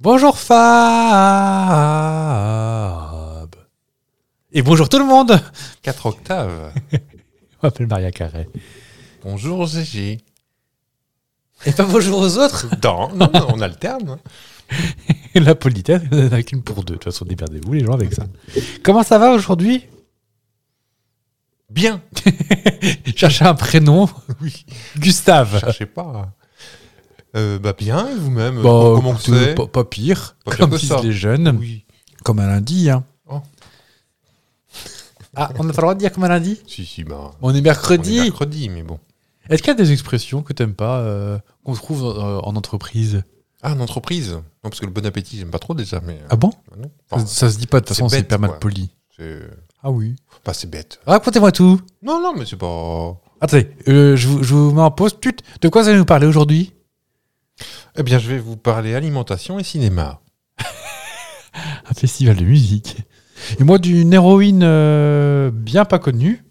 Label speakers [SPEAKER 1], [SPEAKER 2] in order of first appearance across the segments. [SPEAKER 1] Bonjour Fab Et bonjour tout le monde
[SPEAKER 2] 4 octaves.
[SPEAKER 1] Je m'appelle Maria Carré.
[SPEAKER 2] Bonjour Gégé.
[SPEAKER 1] Et pas bonjour aux autres
[SPEAKER 2] Non, non, non, on alterne.
[SPEAKER 1] Et La politesse, il n'y en a qu'une pour deux. De toute façon, déperdez-vous les gens avec ça. Comment ça va aujourd'hui
[SPEAKER 2] Bien.
[SPEAKER 1] Cherchez un prénom.
[SPEAKER 2] Oui.
[SPEAKER 1] Gustave.
[SPEAKER 2] Cherchez pas. Euh, bah bien, et vous-même.
[SPEAKER 1] Bon,
[SPEAKER 2] comment
[SPEAKER 1] écoutez,
[SPEAKER 2] c'est
[SPEAKER 1] pas, pas pire,
[SPEAKER 2] Pas pire
[SPEAKER 1] comme
[SPEAKER 2] que
[SPEAKER 1] disent
[SPEAKER 2] ça.
[SPEAKER 1] les jeunes.
[SPEAKER 2] Oui.
[SPEAKER 1] Comme un lundi. Hein.
[SPEAKER 2] Oh.
[SPEAKER 1] Ah, on n'a pas le droit de dire comme un lundi
[SPEAKER 2] Si, si, bah.
[SPEAKER 1] On est
[SPEAKER 2] on est
[SPEAKER 1] mercredi.
[SPEAKER 2] mercredi, mais bon.
[SPEAKER 1] Est-ce qu'il y a des expressions que t'aimes pas, euh, qu'on trouve euh, en entreprise
[SPEAKER 2] Ah, en entreprise. Non, parce que le bon appétit, j'aime pas trop déjà, mais.
[SPEAKER 1] Ah bon
[SPEAKER 2] euh, non.
[SPEAKER 1] ça,
[SPEAKER 2] Enfin,
[SPEAKER 1] ça se dit pas, de toute
[SPEAKER 2] c'est
[SPEAKER 1] façon, c'est
[SPEAKER 2] bête,
[SPEAKER 1] hyper mal
[SPEAKER 2] quoi.
[SPEAKER 1] poli.
[SPEAKER 2] c'est.
[SPEAKER 1] Ah oui.
[SPEAKER 2] Pas c'est bête.
[SPEAKER 1] Racontez-moi tout.
[SPEAKER 2] Non, non, mais c'est pas.
[SPEAKER 1] Attendez, euh, je, vous, je vous mets en pause. Tut, de quoi vous allez nous parler aujourd'hui
[SPEAKER 2] Eh bien, je vais vous parler alimentation et cinéma.
[SPEAKER 1] Un festival de musique. Et moi, d'une héroïne euh, bien pas connue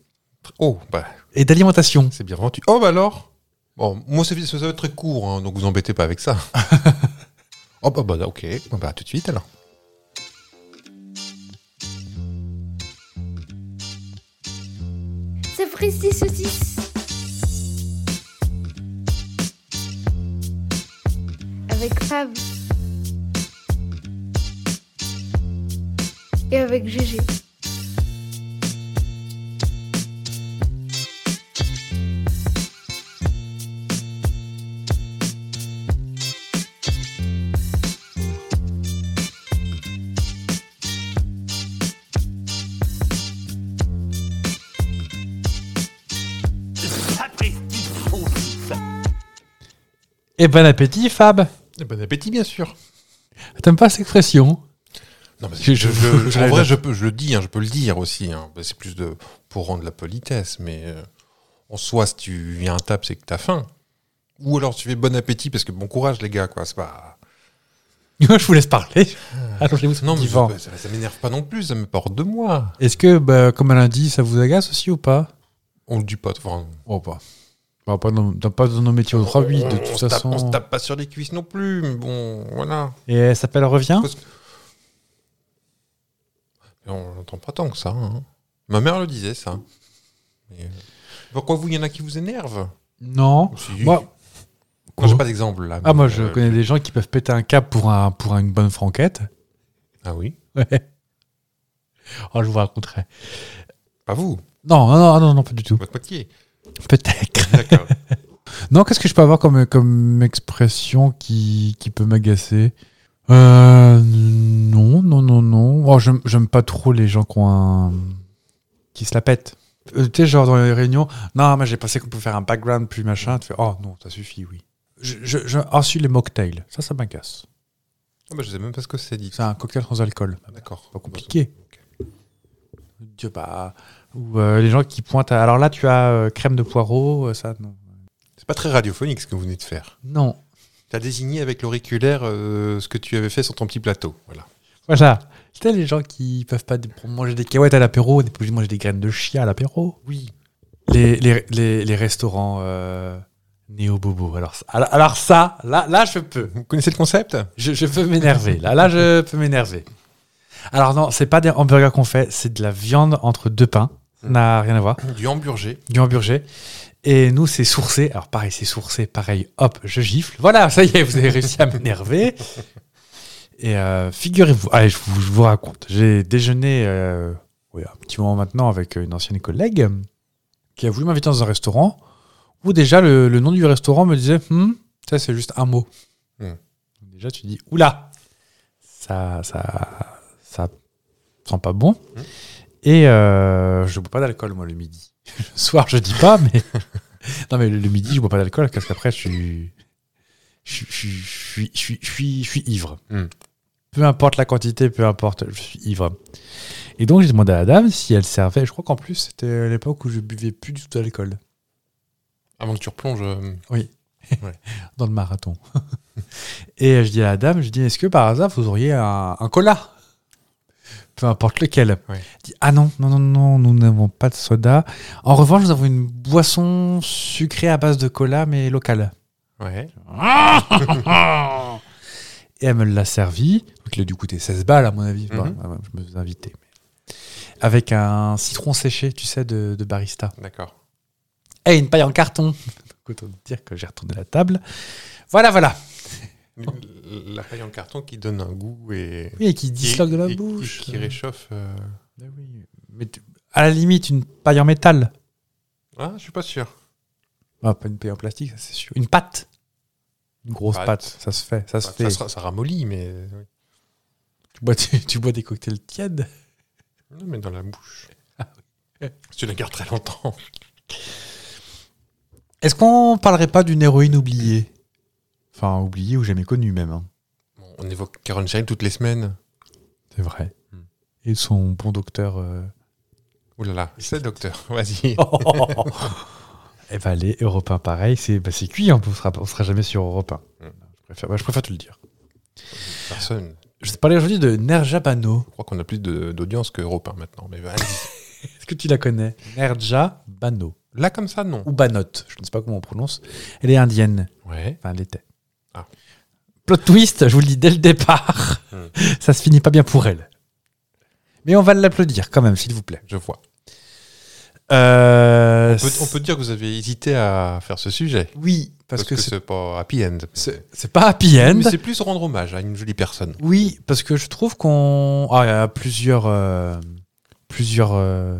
[SPEAKER 2] Oh, bah,
[SPEAKER 1] et d'alimentation.
[SPEAKER 2] c'est bien vendu. Oh, bah alors Bon, moi, c'est- ça va être très court, hein, donc vous embêtez pas avec ça. oh, bah, bah, ok. Bon, Bah, à tout de suite alors.
[SPEAKER 3] C'est Fristy Saucisse. Avec Fab. Et avec Gégé.
[SPEAKER 1] Et Eh bon appétit, Fab.
[SPEAKER 2] Et bon Eh ben, appétit, bien sûr.
[SPEAKER 1] T'aimes pas cette expression
[SPEAKER 2] Non, mais
[SPEAKER 1] Je-
[SPEAKER 2] je,
[SPEAKER 1] je-
[SPEAKER 2] je-
[SPEAKER 1] je-
[SPEAKER 2] en
[SPEAKER 1] je-
[SPEAKER 2] vrai, je, peux, je le dis, hein, je peux le dire aussi. hein. Mais C'est plus de pour rendre la politesse, mais euh, en soi, si tu viens à table, c'est que t'as faim. Ou alors tu fais bon appétit parce que bon courage, les gars, quoi. C'est pas.
[SPEAKER 1] Moi, je vous laisse parler. Allongez-vous sur
[SPEAKER 2] Non,
[SPEAKER 1] le
[SPEAKER 2] mais
[SPEAKER 1] divan.
[SPEAKER 2] je- ça, ça m'énerve pas non plus, ça me part de moi.
[SPEAKER 1] Est-ce que, bah, comme un lundi, ça vous agace aussi ou pas
[SPEAKER 2] On le dit pas. Enfin,
[SPEAKER 1] Oh, pas. Bah, pas, dans, dans- pas dans nos métiers au 3-8, de
[SPEAKER 2] on
[SPEAKER 1] toute
[SPEAKER 2] se tape-
[SPEAKER 1] façon.
[SPEAKER 2] on se tape pas sur les cuisses non plus, mais bon, voilà.
[SPEAKER 1] Et elle s'appelle Reviens
[SPEAKER 2] Et on l'entend pas tant que ça. hein. Ma mère le disait, ça. Mais, euh, pourquoi vous, il y en a qui vous énervent
[SPEAKER 1] Non.
[SPEAKER 2] Si.
[SPEAKER 1] Moi,
[SPEAKER 2] Moi, j'ai pas d'exemple là.
[SPEAKER 1] ah,
[SPEAKER 2] mais,
[SPEAKER 1] moi, je
[SPEAKER 2] euh,
[SPEAKER 1] connais des gens qui peuvent péter un câble pour, un, pour une bonne franquette.
[SPEAKER 2] Ah oui
[SPEAKER 1] Ouais. Oh, je vous raconterai.
[SPEAKER 2] Pas vous,
[SPEAKER 1] Non, non, ah non, non, non, pas du tout.
[SPEAKER 2] votre moitié.
[SPEAKER 1] Peut-être.
[SPEAKER 2] D'accord.
[SPEAKER 1] Non, qu'est-ce que je peux avoir comme, comme expression qui, qui peut m'agacer euh, Non, non, non, non. Oh, j'aime j'aime pas trop les gens qui ont un... qui se la pètent. Euh, tu sais, genre dans les réunions, non, mais j'ai pensé qu'on pouvait faire un background plus machin. Tu fais, oh non, ça suffit, oui. Je, je, je- ensuite, les mocktails, ça, ça m'agace.
[SPEAKER 2] Ah bah, je sais même pas ce que c'est dit. Ah,
[SPEAKER 1] C'est un cocktail sans alcool.
[SPEAKER 2] D'accord.
[SPEAKER 1] pas compliqué. Dieu, bah, ou euh, les gens qui pointent. à- Alors là, tu as euh, crème de poireau, euh, ça, non.
[SPEAKER 2] C'est pas très radiophonique ce que vous venez de faire.
[SPEAKER 1] Non.
[SPEAKER 2] Tu as désigné avec l'auriculaire euh, ce que tu avais fait sur ton petit plateau. Voilà.
[SPEAKER 1] Voilà. Tu sais, les gens qui peuvent pas d- pour manger des cacahuètes à l'apéro, on est pas obligé de manger des graines de chia à l'apéro.
[SPEAKER 2] Oui.
[SPEAKER 1] Les, les, les, les restaurants euh, néo-bobo. Alors, ça- alors- alors ça, là, là, je peux.
[SPEAKER 2] Vous connaissez le concept
[SPEAKER 1] Je, je peux m'énerver. Là, là, je peux m'énerver. Alors non, c'est pas des hamburgers qu'on fait, c'est de la viande entre deux pains. Ça n'a rien à voir.
[SPEAKER 2] Du hamburger.
[SPEAKER 1] du hamburger. Et nous, c'est sourcé. Alors, pareil, c'est sourcé. Pareil, hop, je gifle. Voilà, ça y est, vous avez réussi à m'énerver. Et euh, figurez-vous, allez, je vous, je vous raconte. J'ai déjeuné euh, oui, un petit moment maintenant avec une ancienne collègue qui a voulu m'inviter dans un restaurant où déjà le, le nom du restaurant me disait Hum, ça, c'est juste un mot.
[SPEAKER 2] Hmm.
[SPEAKER 1] Déjà, tu dis Oula Ça, ça, ça sent pas bon.
[SPEAKER 2] Hmm.
[SPEAKER 1] Et euh, je bois pas d'alcool, moi, le midi le soir, je dis pas, mais. non, mais le, le midi, je bois pas d'alcool parce qu'après, je suis. Je suis- je suis- je suis- je suis je suis ivre.
[SPEAKER 2] Hmm.
[SPEAKER 1] Peu importe la quantité, peu importe, je suis ivre. Et donc, j'ai demandé à la dame si elle servait. Je crois qu'en plus, c'était à l'époque où je buvais plus du tout d'alcool
[SPEAKER 2] Avant que tu replonges. euh,
[SPEAKER 1] dans le marathon. Et je dis à la dame, je dis, est-ce que par hasard, vous auriez un, un cola Peu importe lequel.
[SPEAKER 2] Ouais.
[SPEAKER 1] Elle dit, ah non, non, non, non, nous n'avons pas de soda. En revanche, nous avons une boisson sucrée à base de cola, mais locale.
[SPEAKER 2] Ouais.
[SPEAKER 1] et elle me l'a servi. Donc, il a dû coûter 16 balles, à mon avis.
[SPEAKER 2] Mhm.
[SPEAKER 1] Voilà, ouais, je me suis invité. mais- Avec un citron séché, tu sais, de, de barista.
[SPEAKER 2] D'accord.
[SPEAKER 1] Et une paille en carton. Donc, autant te dire que j'ai retourné la table. Voilà, voilà.
[SPEAKER 2] euh, La paille en carton qui donne un goût et.
[SPEAKER 1] Oui, et qui
[SPEAKER 2] et-
[SPEAKER 1] disloque de la
[SPEAKER 2] et- et
[SPEAKER 1] bouche.
[SPEAKER 2] Qui réchauffe. euh,
[SPEAKER 1] Ben oui. Mais tu- à la limite, une paille en métal.
[SPEAKER 2] Ah, je suis pas sûr.
[SPEAKER 1] Ah, pas une paille en plastique, ça c'est sûr. Une pâte. Une grosse
[SPEAKER 2] Pâte.
[SPEAKER 1] pâte. Ça se fait. Ça se
[SPEAKER 2] Ça,
[SPEAKER 1] fait.
[SPEAKER 2] ça- ça ramollit, mais. oui.
[SPEAKER 1] Tu, bois, tu- tu bois des cocktails tièdes.
[SPEAKER 2] Non, mais dans la bouche. Tu la gardes très longtemps.
[SPEAKER 1] Est-ce qu'on parlerait pas d'une héroïne oubliée Enfin, oubliée ou jamais connue même. hein.
[SPEAKER 2] Bon, on évoque Karen Shine toutes les semaines.
[SPEAKER 1] C'est vrai.
[SPEAKER 2] Hmm.
[SPEAKER 1] Et son bon docteur. euh,
[SPEAKER 2] Ouh là là, c'est le docteur. Vas-y.
[SPEAKER 1] Oh. Eh ben allez, Europe 1, pareil, c'est bah, c'est cuit, hein, on sera, on sera jamais sur Europe 1.
[SPEAKER 2] Mm.
[SPEAKER 1] Je, préfère, bah, je préfère te le dire.
[SPEAKER 2] Personne.
[SPEAKER 1] Je te parlais aujourd'hui de Nerja Bano.
[SPEAKER 2] Je crois qu'on a plus de- d'audience que Europe 1 maintenant. Mais vas-y.
[SPEAKER 1] Est-ce que tu la connais Nerja Bano,
[SPEAKER 2] Là, comme ça, non.
[SPEAKER 1] ou Banot, je ne sais pas comment on prononce. Elle est indienne,
[SPEAKER 2] Ouais.
[SPEAKER 1] enfin elle était.
[SPEAKER 2] Ah.
[SPEAKER 1] Plot twist, je vous le dis dès le départ,
[SPEAKER 2] Mm.
[SPEAKER 1] ça se finit pas bien pour elle. Mais on va l'applaudir quand même, s'il vous plaît.
[SPEAKER 2] Je vois.
[SPEAKER 1] Euh,
[SPEAKER 2] On peut, on peut dire que vous avez hésité à faire ce sujet.
[SPEAKER 1] Oui, parce,
[SPEAKER 2] Parce,
[SPEAKER 1] que,
[SPEAKER 2] que,
[SPEAKER 1] c'est-
[SPEAKER 2] c'est pas happy end.
[SPEAKER 1] c'est c'est pas happy end.
[SPEAKER 2] Mais c'est plus rendre hommage à une jolie personne.
[SPEAKER 1] Oui, parce que je trouve qu'on. Ah, il y a plusieurs. euh, plusieurs. euh,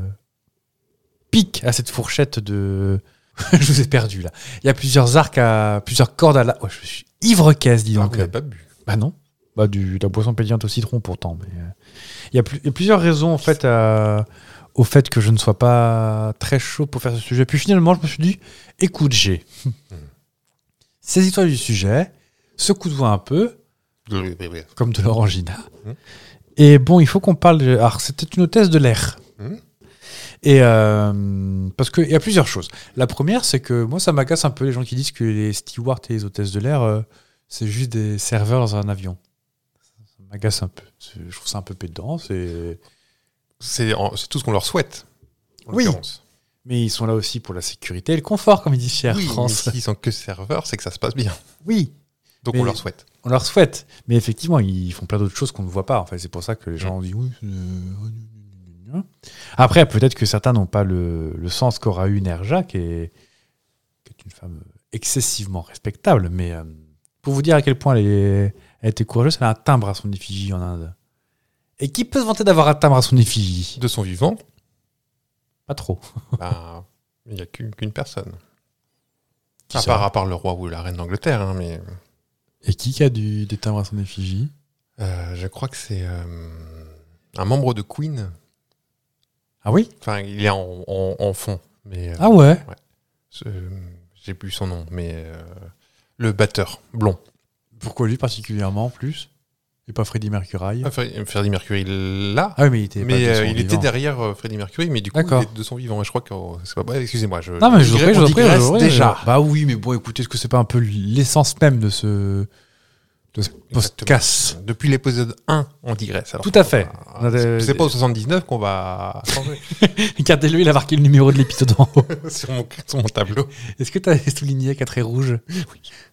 [SPEAKER 1] pics à cette fourchette de. je vous ai perdu là. Il y a plusieurs arcs à. plusieurs cordes à la. Oh, je suis ivre-caisse, dis
[SPEAKER 2] Alors
[SPEAKER 1] donc.
[SPEAKER 2] qu'on Ah, n'a pas bu.
[SPEAKER 1] bah non. Bah, du, de la boisson pétillante au citron pourtant. Mais, euh, il, y a plus- il y a plusieurs raisons en fait à- au fait que je ne sois pas très chaud pour faire ce sujet. Puis finalement, je me suis dit, écoute, j'ai. Saisis-toi du sujet, secoue-toi un peu, comme de l'orangina.
[SPEAKER 2] Hmm.
[SPEAKER 1] Et bon, il faut qu'on parle. de- Alors, c'était une hôtesse de l'air.
[SPEAKER 2] Hmm.
[SPEAKER 1] Et euh, parce qu'il y a plusieurs choses. La première, c'est que moi, ça m'agace un peu les gens qui disent que les stewards et les hôtesses de l'air, euh, c'est juste des serveurs dans un avion. Ça m'agace un peu. C'est- Je trouve ça un peu pédant. c'est-
[SPEAKER 2] C'est en- c'est tout ce qu'on leur souhaite. en
[SPEAKER 1] Oui.
[SPEAKER 2] l'occurrence.
[SPEAKER 1] Mais ils sont là aussi pour la sécurité et le confort, comme ils disent chez Air
[SPEAKER 2] Oui, mais
[SPEAKER 1] France.
[SPEAKER 2] s'ils sont que serveurs, c'est que ça se passe bien.
[SPEAKER 1] Oui,
[SPEAKER 2] Donc
[SPEAKER 1] Mais-
[SPEAKER 2] on leur souhaite.
[SPEAKER 1] on leur souhaite. Mais effectivement, ils font plein d'autres choses qu'on ne voit pas. En fait, c'est pour ça que les gens ont dit oui. euh, Après, peut-être que certains n'ont pas le, le sens qu'aura eu Nerja, qui est, qui est une femme euh, excessivement respectable. Mais euh, pour vous dire à quel point elle, est- elle était courageuse, elle a un timbre à son effigie en Inde. Et qui peut se vanter d'avoir un timbre à son effigie
[SPEAKER 2] De son vivant,
[SPEAKER 1] Pas trop.
[SPEAKER 2] bah, il n'y a qu'une qu'une personne.
[SPEAKER 1] Qui
[SPEAKER 2] À
[SPEAKER 1] ça
[SPEAKER 2] part, à part le roi ou la reine d'Angleterre, hein, mais
[SPEAKER 1] Et qui qui a du, des timbres à son effigie
[SPEAKER 2] euh, je crois que c'est euh, un membre de Queen.
[SPEAKER 1] Ah oui
[SPEAKER 2] Enfin, il est en, en- en fond. Mais, euh,
[SPEAKER 1] Ah ouais
[SPEAKER 2] ce- j'ai plus son nom, mais euh, le batteur blond.
[SPEAKER 1] Pourquoi lui particulièrement, en plus Et pas Freddie Mercury
[SPEAKER 2] Ah, Fre- Freddie Mercury là.
[SPEAKER 1] Ah oui, mais il était, pas
[SPEAKER 2] mais
[SPEAKER 1] de son
[SPEAKER 2] euh, il était
[SPEAKER 1] vivant.
[SPEAKER 2] derrière euh, Freddie Mercury, mais du coup, il
[SPEAKER 1] D'accord.
[SPEAKER 2] était de son vivant. Et je crois que oh, c'est pas vrai. Excusez-moi. Je,
[SPEAKER 1] Non, mais je vous en
[SPEAKER 2] digresse-
[SPEAKER 1] prie, je vous en
[SPEAKER 2] on
[SPEAKER 1] prie, je
[SPEAKER 2] digresse
[SPEAKER 1] vous en prie.
[SPEAKER 2] déjà.
[SPEAKER 1] Bah oui, mais bon, écoutez, est-ce que c'est pas un peu l'essence même de ce, de ce podcast
[SPEAKER 2] Depuis l'épisode 1, on digresse. Alors,
[SPEAKER 1] Tout à fait. euh,
[SPEAKER 2] ah,
[SPEAKER 1] On a
[SPEAKER 2] c'est-
[SPEAKER 1] des-
[SPEAKER 2] C'est pas au 79 qu'on va changer
[SPEAKER 1] Regardez-le, il a marqué le numéro de l'épisode en haut.
[SPEAKER 2] sur, mon, sur mon tableau.
[SPEAKER 1] Est-ce que tu as souligné quatre traits rouges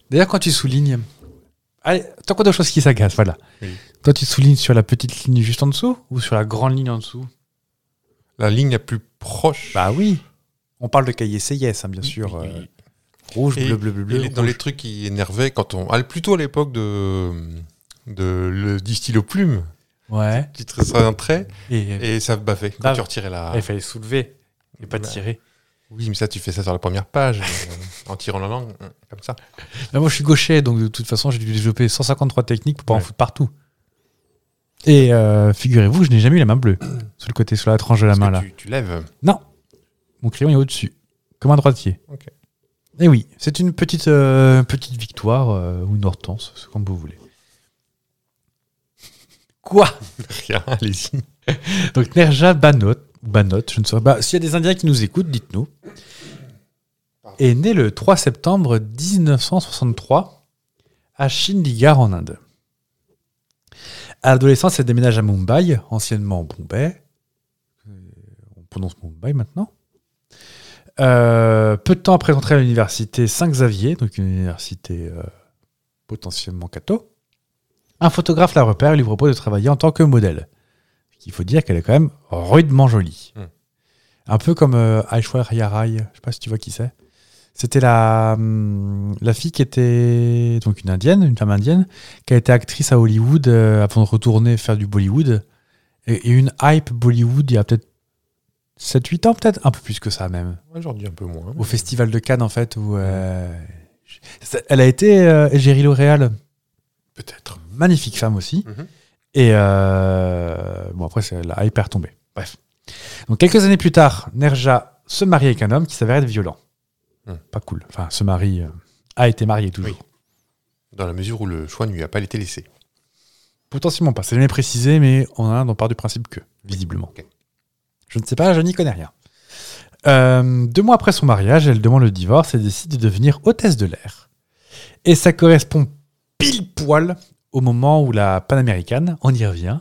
[SPEAKER 1] D'ailleurs, quand tu soulignes. Allez, tant qu'on a des choses qui s'agacent, voilà.
[SPEAKER 2] Oui.
[SPEAKER 1] Toi, tu soulignes sur la petite ligne juste en dessous ou sur la grande ligne en dessous
[SPEAKER 2] La ligne la plus proche.
[SPEAKER 1] Bah oui. On parle de cahier CIS, hein, bien sûr.
[SPEAKER 2] Oui,
[SPEAKER 1] euh,
[SPEAKER 2] oui.
[SPEAKER 1] rouge,
[SPEAKER 2] Et-
[SPEAKER 1] bleu, bleu, bleu,
[SPEAKER 2] Et
[SPEAKER 1] bleu.
[SPEAKER 2] les- dans les trucs qui énervaient quand on. ah, plutôt à l'époque de, de le, du stylo plume,
[SPEAKER 1] Ouais.
[SPEAKER 2] qui traçait un trait
[SPEAKER 1] Et,
[SPEAKER 2] et ça bavait quand
[SPEAKER 1] Bave.
[SPEAKER 2] tu retirais la.
[SPEAKER 1] Ah, il fallait soulever et pas
[SPEAKER 2] Bah,
[SPEAKER 1] tirer.
[SPEAKER 2] Oui, mais ça, tu fais ça sur la première page, euh, en tirant la langue, euh, comme ça.
[SPEAKER 1] Là, moi, je suis gaucher, donc de toute façon, j'ai dû développer 153 techniques pour pas en
[SPEAKER 2] Ouais.
[SPEAKER 1] foutre partout. Et euh, figurez-vous, je n'ai jamais eu la main bleue sur le côté, sur la tranche de la
[SPEAKER 2] Parce
[SPEAKER 1] main
[SPEAKER 2] que
[SPEAKER 1] là.
[SPEAKER 2] Tu, tu lèves.
[SPEAKER 1] Mon crayon est au-dessus, comme un droitier.
[SPEAKER 2] Ok.
[SPEAKER 1] Et oui, c'est une petite, euh, petite victoire euh, ou une hortense, c'est comme vous voulez. Quoi
[SPEAKER 2] Rien, allez-y.
[SPEAKER 1] Donc Nerja Banot, ou Banot, je ne sais pas. Bah, S'il y a des Indiens qui nous écoutent, dites-nous. Est né le 3 septembre 1963 à Chandigarh en Inde. À l'adolescence, elle déménage à Mumbai, anciennement Bombay. Euh, On prononce Mumbai maintenant. Euh, peu de temps après entrer à l'université Saint-Xavier, donc une université euh, potentiellement catho, Un photographe la repère et lui propose de travailler en tant que modèle. Il faut dire qu'elle est quand même rudement jolie.
[SPEAKER 2] Hmm.
[SPEAKER 1] Un peu comme euh, Aishwarya Rai, je sais pas si tu vois qui c'est. C'était la, hum, la fille qui était donc une indienne, une femme indienne, qui a été actrice à Hollywood euh, avant de retourner faire du Bollywood. Et, et une hype Bollywood il y a peut-être 7-8 ans, peut-être un peu plus que ça même
[SPEAKER 2] Ouais, J'en dis un peu moins.
[SPEAKER 1] au festival de Cannes en fait où euh, c'est- elle a été euh, égérie L'Oréal
[SPEAKER 2] Peut-être.
[SPEAKER 1] magnifique femme aussi
[SPEAKER 2] Mhm.
[SPEAKER 1] et euh, bon après c'est la hyper tombée bref donc quelques années plus tard Nerja se marie avec un homme qui s'avère être violent
[SPEAKER 2] Mhm.
[SPEAKER 1] pas cool enfin se marie euh, a été marié toujours
[SPEAKER 2] Dans la mesure où le choix ne lui a pas été laissé.
[SPEAKER 1] potentiellement pas c'est jamais précisé mais en Inde on part du principe que visiblement
[SPEAKER 2] Ok.
[SPEAKER 1] je ne sais pas je n'y connais rien Euh, deux mois après son mariage, elle demande le divorce et décide de devenir hôtesse de l'air. Et ça correspond pile poil au moment où la panaméricaine, on y revient,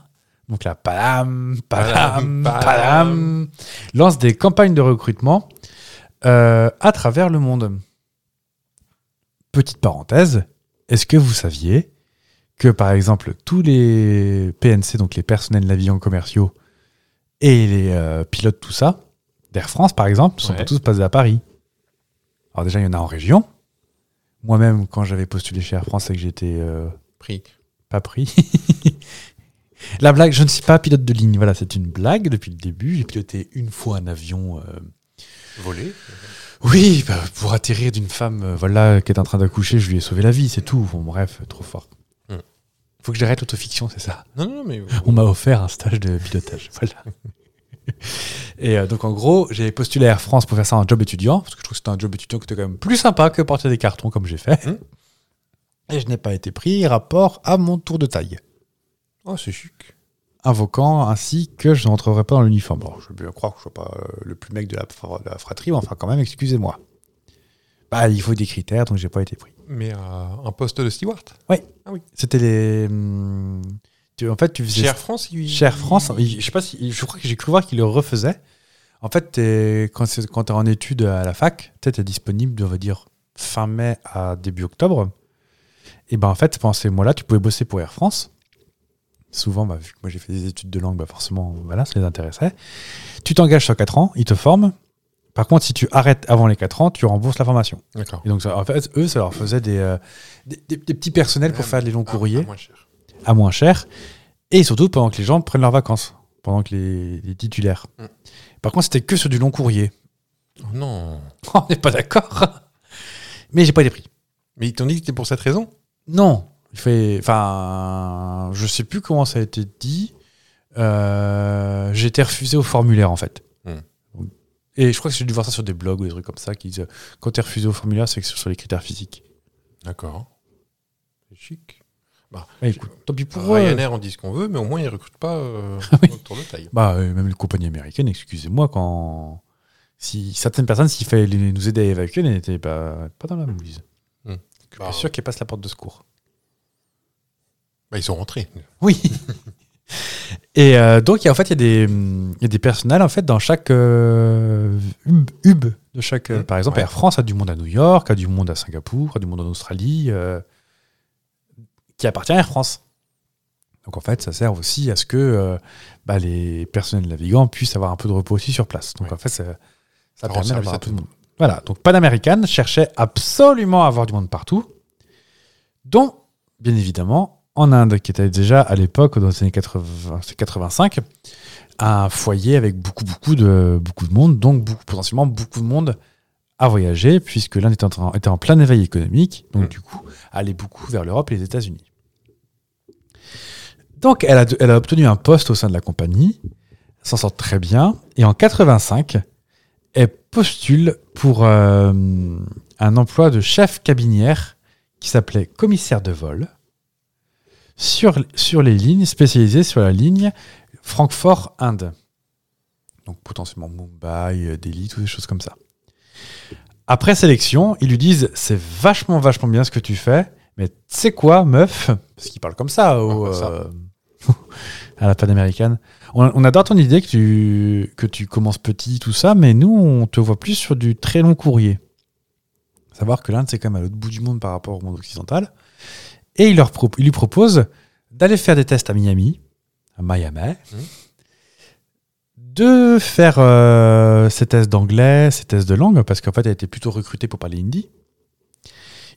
[SPEAKER 1] donc la Panam, Panam,
[SPEAKER 2] Panam, Panam.
[SPEAKER 1] Panam, lance des campagnes de recrutement euh, à travers le monde. Petite parenthèse, est-ce que vous saviez que par exemple tous les PNC, donc les personnels navigants commerciaux et les euh, pilotes, tout ça, d'Air France, par exemple, ne sont
[SPEAKER 2] Ouais.
[SPEAKER 1] pas tous basés à Paris. Alors déjà, il y en a en région. Moi-même, quand j'avais postulé chez Air France et que j'étais euh,
[SPEAKER 2] Pris.
[SPEAKER 1] pas pris. La blague, je ne suis pas pilote de ligne. Voilà, c'est une blague depuis le début. J'ai piloté une fois un avion. euh,
[SPEAKER 2] Volé.
[SPEAKER 1] Oui, bah, pour atterrir d'une femme euh, voilà, qui est en train d'accoucher, je lui ai sauvé la vie, c'est tout. Bon, bref, trop fort.
[SPEAKER 2] Hmm.
[SPEAKER 1] Faut que j'arrête l'autofiction, c'est ça.
[SPEAKER 2] Non, non, non, mais.
[SPEAKER 1] On m'a offert un stage de pilotage. voilà. Et euh, donc, en gros, j'ai postulé à Air France pour faire ça en job étudiant, parce que je trouve que c'était un job étudiant qui était quand même plus sympa que porter des cartons comme j'ai fait.
[SPEAKER 2] Hmm.
[SPEAKER 1] Et je n'ai pas été pris, rapport à mon tour de taille.
[SPEAKER 2] Oh, c'est chic.
[SPEAKER 1] invoquant ainsi que je n'entrerai pas dans l'uniforme. Bon, je veux bien croire que je ne sois pas euh, le plus mec de la, fra- de la fratrie, mais enfin, quand même, excusez-moi. Bah, il faut des critères, donc j'ai pas été pris.
[SPEAKER 2] Mais à un poste de steward.
[SPEAKER 1] C'était les. hum, tu- en fait, tu faisais.
[SPEAKER 2] Chez Air France, il.
[SPEAKER 1] Cher France, il- je sais pas si, je crois que j'ai cru voir qu'il le refaisait. En fait, t'es- quand c'est- quand t'es en études à la fac, tu es disponible, on va dire, fin mai à début octobre. Et ben en fait, pendant ces mois-là, tu pouvais bosser pour Air France. Souvent, bah, vu que moi j'ai fait des études de langue, bah forcément, voilà, ça les intéressait. Tu t'engages sur 4 ans, ils te forment. Par contre, si tu arrêtes avant les 4 ans, tu rembourses la formation.
[SPEAKER 2] D'accord.
[SPEAKER 1] Et donc, ça- en fait, eux, ça leur faisait des, euh, des, des- des petits personnels pour
[SPEAKER 2] Ah,
[SPEAKER 1] faire des longs
[SPEAKER 2] ah,
[SPEAKER 1] courriers
[SPEAKER 2] ah, moins cher.
[SPEAKER 1] à moins cher, et surtout pendant que les gens prennent leurs vacances, pendant que les, les titulaires.
[SPEAKER 2] Mm.
[SPEAKER 1] Par contre, c'était que sur du long courrier.
[SPEAKER 2] Oh, non.
[SPEAKER 1] On n'est pas d'accord. Mais j'ai pas été pris.
[SPEAKER 2] Mais ils t'ont dit que c'était pour cette raison
[SPEAKER 1] Non, il fait, enfin, je sais plus comment ça a été dit. Euh, j'ai été refusé au formulaire en fait.
[SPEAKER 2] Mm.
[SPEAKER 1] Et je crois que j'ai dû voir ça sur des blogs ou des trucs comme ça qui disent quand t'es refusé au formulaire, c'est que c'est sur les critères physiques.
[SPEAKER 2] D'accord. C'est chic.
[SPEAKER 1] Bah, écoute, tant pis pour eux.
[SPEAKER 2] Ryanair, on dit ce qu'on veut, mais au moins, ils recrutent pas euh, autour de taille.
[SPEAKER 1] Bah, euh, même les compagnies américaines, excusez-moi, quand. Si certaines personnes, s'il fallait les- nous aider à évacuer, n'étaient pas, pas dans la mouise.
[SPEAKER 2] Hmm.
[SPEAKER 1] Je suis
[SPEAKER 2] Bah,
[SPEAKER 1] pas sûr qu'elles passent la porte de secours.
[SPEAKER 2] Bah, ils sont rentrés.
[SPEAKER 1] Oui Et euh, donc, il y a- en fait, il y, a des, hum, il y a des personnels en fait, dans chaque euh, hub, hub de chaque. euh,
[SPEAKER 2] Hmm.
[SPEAKER 1] Par exemple,
[SPEAKER 2] Ouais.
[SPEAKER 1] Air France a du monde à New York, a du monde à Singapour, a du monde en Australie, euh, qui appartient à Air France. Donc, en fait, ça sert aussi à ce que euh, bah, les personnels navigants puissent avoir un peu de repos aussi sur place. Donc,
[SPEAKER 2] Ouais.
[SPEAKER 1] en fait, ça, ça
[SPEAKER 2] Ça rend
[SPEAKER 1] permet
[SPEAKER 2] service
[SPEAKER 1] d'avoir
[SPEAKER 2] à
[SPEAKER 1] un peu
[SPEAKER 2] tout
[SPEAKER 1] de
[SPEAKER 2] le
[SPEAKER 1] monde. Voilà, donc Panaméricaine cherchait absolument à avoir du monde partout, dont, bien évidemment, en Inde, qui était déjà à l'époque, dans les années 80, c'est 85, un foyer avec beaucoup, beaucoup de, beaucoup de monde, donc beaucoup, potentiellement beaucoup de monde à voyager, puisque l'Inde était en, train- était en plein éveil économique, donc
[SPEAKER 2] Mm.
[SPEAKER 1] du coup, allait beaucoup vers l'Europe et les États-Unis. Donc, elle a, elle a obtenu un poste au sein de la compagnie, s'en sort très bien, et en 85, elle postule pour euh, un emploi de chef cabinière qui s'appelait commissaire de vol sur, sur les lignes, spécialisée sur la ligne Francfort-Inde. Donc potentiellement Mumbai, euh, Delhi, toutes des choses comme ça. Après sélection, ils lui disent c'est vachement, vachement bien ce que tu fais, mais tu sais quoi, meuf Parce qu'ils parlent comme ça, au,
[SPEAKER 2] Ah, ça.
[SPEAKER 1] euh, à la panaméricaine. On, on adore ton idée que tu, que tu commences petit, tout ça, mais nous, on te voit plus sur du très long courrier. Savoir que l'Inde, c'est quand même à l'autre bout du monde par rapport au monde occidental. Et il, leur pro- il lui propose d'aller faire des tests à Miami, à Miami, de faire euh, ses tests d'anglais, ses tests de langue, parce qu'en fait, elle était plutôt recrutée pour parler hindi.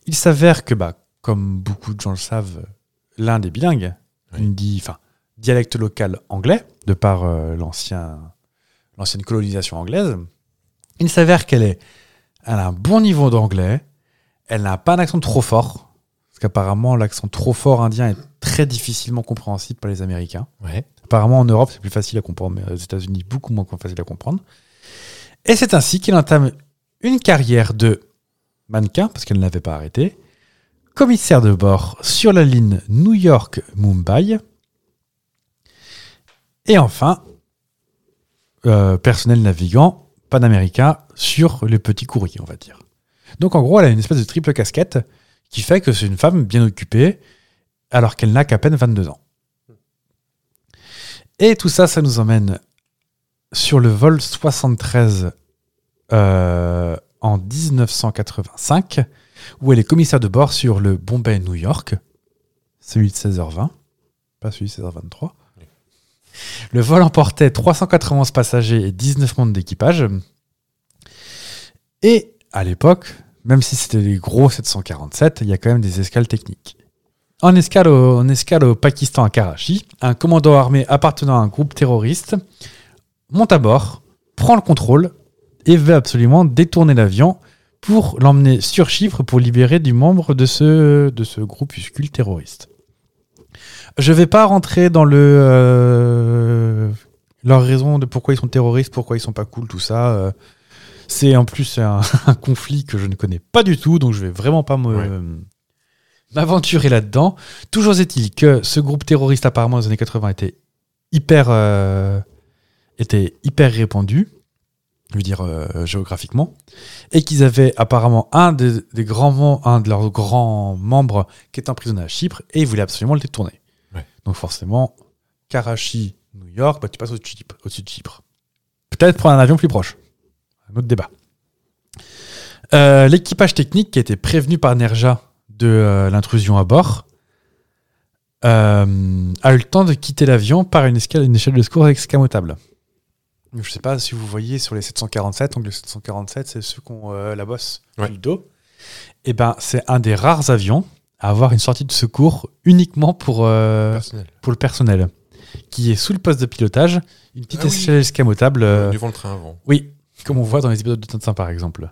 [SPEAKER 1] Il s'avère que, bah, comme beaucoup de gens le savent, l'Inde est bilingue,
[SPEAKER 2] Oui.
[SPEAKER 1] hindi, enfin, dialecte local anglais, de par euh, l'ancien, l'ancienne colonisation anglaise. Il s'avère qu'elle est, elle a un bon niveau d'anglais, elle n'a pas un accent trop fort, parce qu'apparemment, l'accent trop fort indien est très difficilement compréhensible par les Américains.
[SPEAKER 2] Ouais.
[SPEAKER 1] Apparemment, en Europe, c'est plus facile à comprendre, mais aux États-Unis, beaucoup moins facile à comprendre. Et c'est ainsi qu'elle entame une carrière de mannequin, parce qu'elle n'avait pas arrêté, commissaire de bord sur la ligne New York-Mumbai, et enfin, euh, personnel navigant panaméricain sur le petit courrier, on va dire. Donc en gros, elle a une espèce de triple casquette qui fait que c'est une femme bien occupée, alors qu'elle n'a qu'à peine 22 ans. Et tout ça, ça nous emmène sur le vol 73 euh, en 1985, où elle est commissaire de bord sur le Bombay-New York, celui de 16h20, pas celui de 16h23. Le vol emportait 391 passagers et 19 membres d'équipage. Et à l'époque, même si c'était des gros 747, il y a quand même des escales techniques. En escale au, en escale au Pakistan à Karachi, un commando armé appartenant à un groupe terroriste monte à bord, prend le contrôle et veut absolument détourner l'avion pour l'emmener sur Chypre pour libérer du membre de ce, de ce groupuscule terroriste. Je vais pas rentrer dans le euh, leur raison de pourquoi ils sont terroristes, pourquoi ils sont pas cool, tout ça. euh, c'est en plus un, un conflit que je ne connais pas du tout, donc je vais vraiment pas me euh,
[SPEAKER 2] Ouais.
[SPEAKER 1] m'aventurer là-dedans. Toujours est-il que ce groupe terroriste apparemment dans les années 80 était hyper euh, était hyper répandu, je veux dire euh, géographiquement, et qu'ils avaient apparemment un des, des grands mem- un de leurs grands membres qui est emprisonné à Chypre et ils voulaient absolument le détourner.
[SPEAKER 2] Ouais.
[SPEAKER 1] Donc forcément, Karachi, New York, bah, tu passes au Chypre- au-dessus de Chypre. Peut-être prendre un avion plus proche. Un autre débat. Euh, L'équipage technique qui a été prévenu par Nerja de euh, l'intrusion à bord euh, a eu le temps de quitter l'avion par une, escale, une échelle de secours excamotable. Je ne sais pas si vous voyez sur les 747, donc les 747, c'est ceux qui ont euh, la bosse
[SPEAKER 2] Ouais.
[SPEAKER 1] sur le dos. Et ben, c'est un des rares avions à avoir une sortie de secours uniquement pour, euh,
[SPEAKER 2] Personnel.
[SPEAKER 1] pour le personnel, qui est sous le poste de pilotage, une petite
[SPEAKER 2] Ah oui.
[SPEAKER 1] échelle escamotable. euh,
[SPEAKER 2] Devant le train avant.
[SPEAKER 1] oui, comme on voit dans les épisodes de Tintin, par exemple.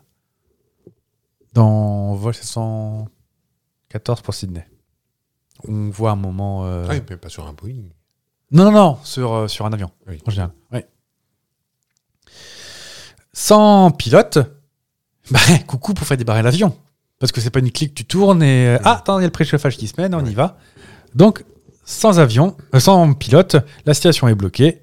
[SPEAKER 1] Dans Vol 714 pour Sydney. On voit un moment. euh,
[SPEAKER 2] Ah oui, mais pas sur un Boeing.
[SPEAKER 1] Non, non, non, sur, euh, sur un avion,
[SPEAKER 2] Oui.
[SPEAKER 1] en général. ouais. Sans pilote, bah, coucou pour faire débarrer l'avion. Parce que c'est pas une clique, tu tournes et. euh, Ah, attends, il y a le préchauffage qui se mène, on y va. Donc, sans avion, euh, sans pilote, la situation est bloquée.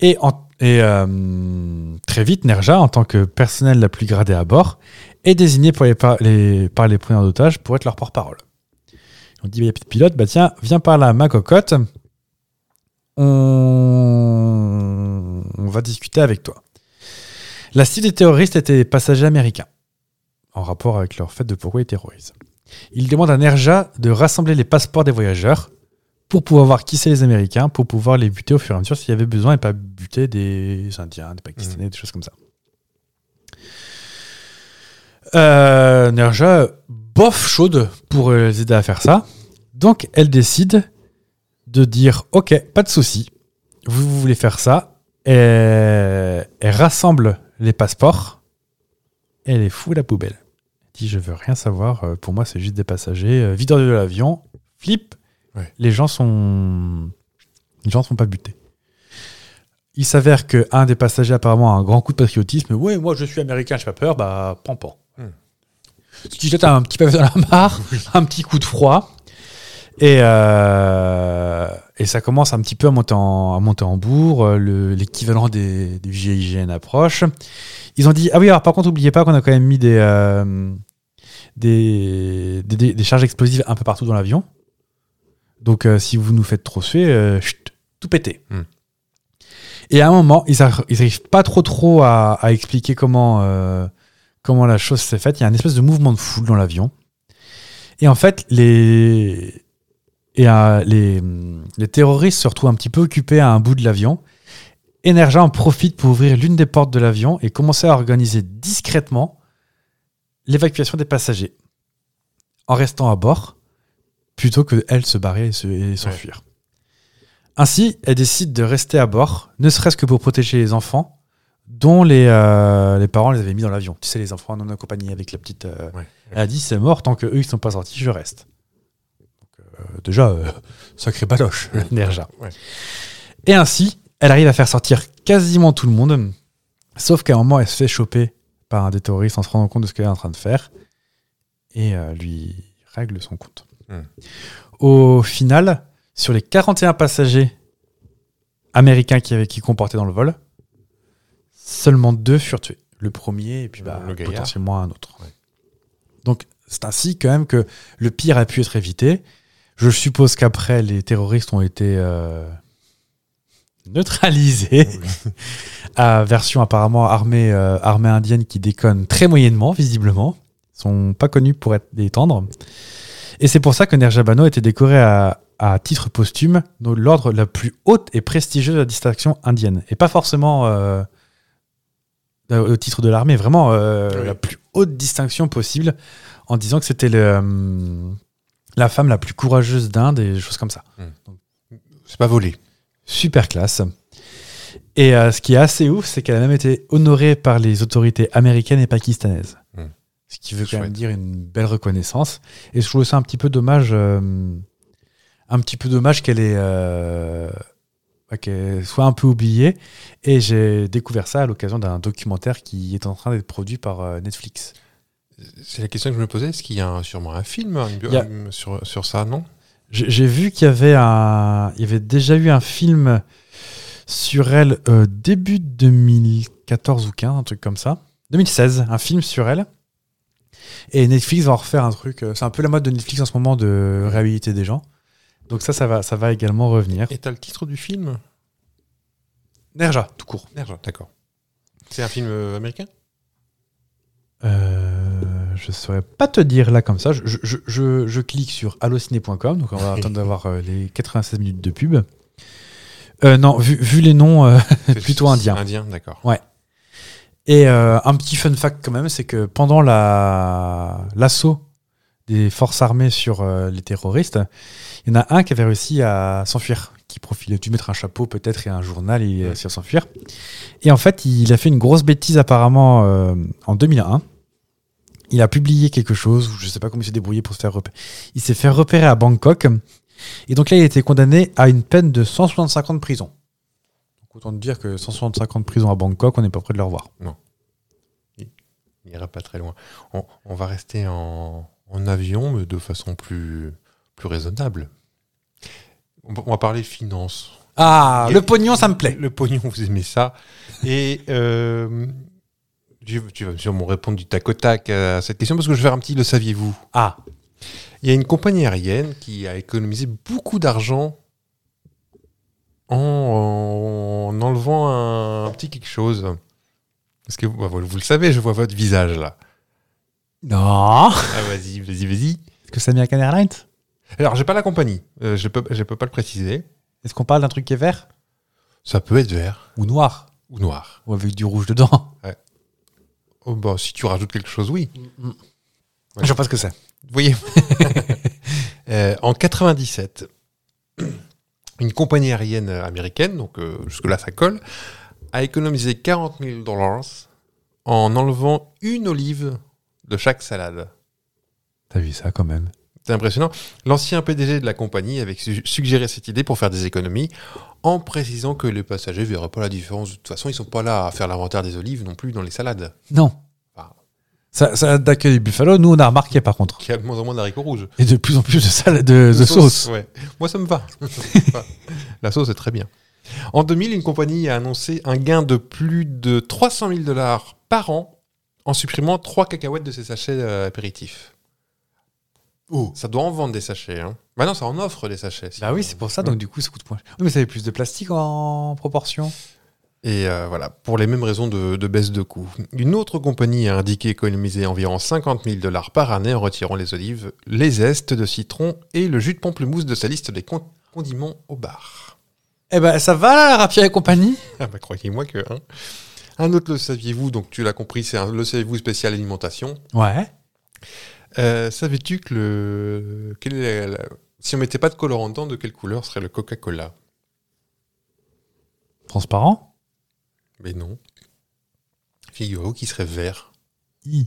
[SPEAKER 1] Et, en- et, euh, très vite, Nerja, en tant que personnel la plus gradée à bord, est désigné pour les par, les, par les preneurs d'otages pour être leur porte-parole. On dit, il n'y a plus de pilote, bah tiens, viens par là, ma cocotte, on, on va discuter avec toi. La cible des terroristes était les passagers américains, en rapport avec leur fait de pourquoi ils terrorisent. Ils demandent à Nerja de rassembler les passeports des voyageurs pour pouvoir voir qui c'est les Américains, pour pouvoir les buter au fur et à mesure s'il y avait besoin et pas buter des Indiens, des Pakistanais, des choses comme ça. Euh, Nerja, bof chaude pour euh, les aider à faire ça. Donc elle décide de dire ok, pas de souci, vous, vous voulez faire ça, et elle rassemble les passeports, elle les fout à la poubelle. Elle dit je veux rien savoir, euh, pour moi c'est juste des passagers, euh, videur de l'avion, flip,
[SPEAKER 2] Ouais.
[SPEAKER 1] les gens sont les gens sont pas butés. Il s'avère que un des passagers apparemment a un grand coup de patriotisme. Ouais, moi je suis américain, j'ai pas peur, bah pan pan.
[SPEAKER 2] Hmm.
[SPEAKER 1] Ce qui jette un petit pavé dans la mare, un petit coup de froid. Et, euh, et ça commence un petit peu à monter en, à monter en bourre. euh, le- L'équivalent des, des GIGN approche. Ils ont dit Ah oui, alors par contre, n'oubliez pas qu'on a quand même mis des, euh, des, des- des- des charges explosives un peu partout dans l'avion. Donc euh, si vous nous faites trop suer, euh, chut, tout péter.
[SPEAKER 2] Hmm.
[SPEAKER 1] Et à un moment, ils n'arrivent pas trop trop à, à expliquer comment, euh, comment la chose s'est faite. Il y a un espèce de mouvement de foule dans l'avion. Et en fait, les, Et euh, les, les terroristes se retrouvent un petit peu occupés à un bout de l'avion. Energia en profite pour ouvrir l'une des portes de l'avion et commencer à organiser discrètement l'évacuation des passagers en restant à bord plutôt que elle se barrer et se- et s'enfuir. Ainsi, elle décide de rester à bord, ne serait-ce que pour protéger les enfants dont les, euh, les parents les avaient mis dans l'avion. Tu sais, les enfants non accompagnés avec la petite. euh,
[SPEAKER 2] Ouais.
[SPEAKER 1] Elle a dit c'est mort, tant que eux ils sont pas sortis, je reste. Donc, euh, déjà, euh, sacré baloche, Nerja.
[SPEAKER 2] Ouais.
[SPEAKER 1] Et ainsi, elle arrive à faire sortir quasiment tout le monde, sauf qu'à un moment, elle se fait choper par un des terroristes en se rendant compte de ce qu'elle est en train de faire et euh, lui règle son compte.
[SPEAKER 2] Hmm.
[SPEAKER 1] Au final, sur les 41 passagers américains qui avaient qui comportaient dans le vol, seulement deux furent tués. Le premier et puis bah,
[SPEAKER 2] Euh, Le gaillard.
[SPEAKER 1] potentiellement un autre.
[SPEAKER 2] Ouais.
[SPEAKER 1] Donc c'est ainsi quand même que le pire a pu être évité. Je suppose qu'après les terroristes ont été euh, neutralisés à version apparemment armée, euh, armée indienne qui déconne très moyennement, visiblement. Ils sont pas connus pour être des tendres. Et c'est pour ça que Nerjabano a été décoré à, à titre posthume de l'ordre la plus haute et prestigieuse de la distinction indienne. Et pas forcément euh, euh, au titre de l'armée, vraiment euh,
[SPEAKER 2] Oui.
[SPEAKER 1] la plus haute distinction possible en disant que c'était le, euh, la femme la plus courageuse d'Inde et des choses comme ça.
[SPEAKER 2] C'est pas volé.
[SPEAKER 1] Super classe. Et euh, ce qui est assez ouf, c'est qu'elle a même été honorée par les autorités américaines et pakistanaises.
[SPEAKER 2] Mm.
[SPEAKER 1] Ce qui veut quand même
[SPEAKER 2] Chouette.
[SPEAKER 1] dire une belle reconnaissance. Et je trouve ça un petit peu dommage, euh, un petit peu dommage qu'elle ait, euh, bah, qu'elle soit un peu oubliée. Et j'ai découvert ça à l'occasion d'un documentaire qui est en train d'être produit par euh, Netflix.
[SPEAKER 2] C'est la question que je me posais. Est-ce qu'il y a un- sûrement un film une bio-
[SPEAKER 1] Il y a-
[SPEAKER 2] euh, sur, sur ça, non
[SPEAKER 1] J'ai j'ai vu qu'il y avait un, il y avait déjà eu un film sur elle euh, début 2014 ou 15, un truc comme ça. 2016, un film sur elle. Et Netflix va en refaire un truc. euh, C'est un peu la mode de Netflix en ce moment de réhabiliter des gens. Donc ça, ça va, ça va également revenir.
[SPEAKER 2] Et t'as le titre du film
[SPEAKER 1] Nerja, tout court.
[SPEAKER 2] Merde, d'accord. C'est un film euh, américain
[SPEAKER 1] Euh, je saurais pas te dire là comme ça. Je, je- je- je- je clique sur allociné.com, donc on va attendre d'avoir euh, les 96 minutes de pub. Euh, non, vu, vu les noms, euh,
[SPEAKER 2] C'est
[SPEAKER 1] Plutôt
[SPEAKER 2] c'est-
[SPEAKER 1] indien.
[SPEAKER 2] Indien, d'accord.
[SPEAKER 1] Et euh, un petit fun fact quand même, c'est que pendant la- l'assaut des forces armées sur euh, les terroristes, il y en a un qui avait réussi à s'enfuir, qui profilait dû mettre un chapeau peut-être et un journal et il a réussi à s'enfuir. Et en fait, il a fait une grosse bêtise apparemment euh, en 2001. Il a publié quelque chose, ou je sais pas comment il s'est débrouillé pour se faire repérer. Il s'est fait repérer à Bangkok. Et donc là, il a été condamné à une peine de 165 ans de prison. Donc autant te dire que 165 ans de prison à Bangkok, on n'est pas près de le revoir.
[SPEAKER 2] Il n'ira pas très loin. On, on va rester en, en avion, mais de façon plus, plus raisonnable. On, va- on va parler finance.
[SPEAKER 1] Ah,
[SPEAKER 2] Et-
[SPEAKER 1] le pognon, ça me plaît.
[SPEAKER 2] Le pognon, vous aimez ça. Et euh, tu, tu vas sûrement répondre du tac au tac à cette question, parce que je vais faire un petit le saviez-vous.
[SPEAKER 1] Ah,
[SPEAKER 2] Il y a une compagnie aérienne qui a économisé beaucoup d'argent en, en enlevant un, petit quelque chose. Parce que bah, vous, vous le savez, je vois votre visage là.
[SPEAKER 1] non.
[SPEAKER 2] Ah, vas-y, vas-y, vas-y.
[SPEAKER 1] Est-ce que c'est American Airlines
[SPEAKER 2] Alors, j'ai pas la compagnie. Euh, je peux, je peux pas le préciser.
[SPEAKER 1] Est-ce qu'on parle d'un truc qui est vert
[SPEAKER 2] Ça peut être vert
[SPEAKER 1] Ou noir
[SPEAKER 2] ou noir.
[SPEAKER 1] Ou avec du rouge dedans
[SPEAKER 2] Oh, bah, si tu rajoutes quelque chose, oui.
[SPEAKER 1] Mm, Je sais pas ce que c'est.
[SPEAKER 2] Vous voyez Euh, En 97, une compagnie aérienne américaine, donc euh, jusque-là ça colle, a économisé 40 000 dollars en enlevant une olive de chaque salade.
[SPEAKER 1] T'as vu ça quand même
[SPEAKER 2] C'est impressionnant. L'ancien PDG de la compagnie avait su- suggéré cette idée pour faire des économies en précisant que les passagers ne verraient pas la différence. De toute façon, ils sont pas là à faire l'inventaire des olives non plus dans les salades.
[SPEAKER 1] Non.
[SPEAKER 2] Ah.
[SPEAKER 1] Ça, ça date que les Buffalo, nous on a remarqué par contre.
[SPEAKER 2] Il y a de moins en moins d'haricots rouges.
[SPEAKER 1] Et de plus en plus de, salade, de, de sauce.
[SPEAKER 2] ouais. Moi, ça me va. Ça me va. la sauce est très bien. En 2000, une compagnie a annoncé un gain de plus de 300 000 dollars par an en supprimant trois cacahuètes de ses sachets euh, apéritifs.
[SPEAKER 1] Oh.
[SPEAKER 2] Ça doit en vendre des sachets. Hein. Bah non, ça en offre des sachets.
[SPEAKER 1] Bah oui, c'est pour ça, donc du coup ça coûte moins. Oui, mais ça avait plus de plastique en proportion.
[SPEAKER 2] Et euh, voilà, pour les mêmes raisons de, de baisse de coût. Une autre compagnie a indiqué économiser environ 50 000 dollars par année en retirant les olives, les zestes de citron et le jus de pamplemousse de sa liste des con- condiments au bar.
[SPEAKER 1] Eh ben, ça va, là, Rapier et compagnie
[SPEAKER 2] Ah bah croyez-moi que... hein. Un autre le saviez-vous, donc tu l'as compris, c'est un le saviez-vous spécial alimentation.
[SPEAKER 1] Ouais.
[SPEAKER 2] Euh, Savais-tu que le... quelle est la- la- Si on mettait pas de colorant dedans, de quelle couleur serait le Coca-Cola
[SPEAKER 1] Transparent
[SPEAKER 2] Mais non. Figurez-vous qu'il serait vert.
[SPEAKER 1] I.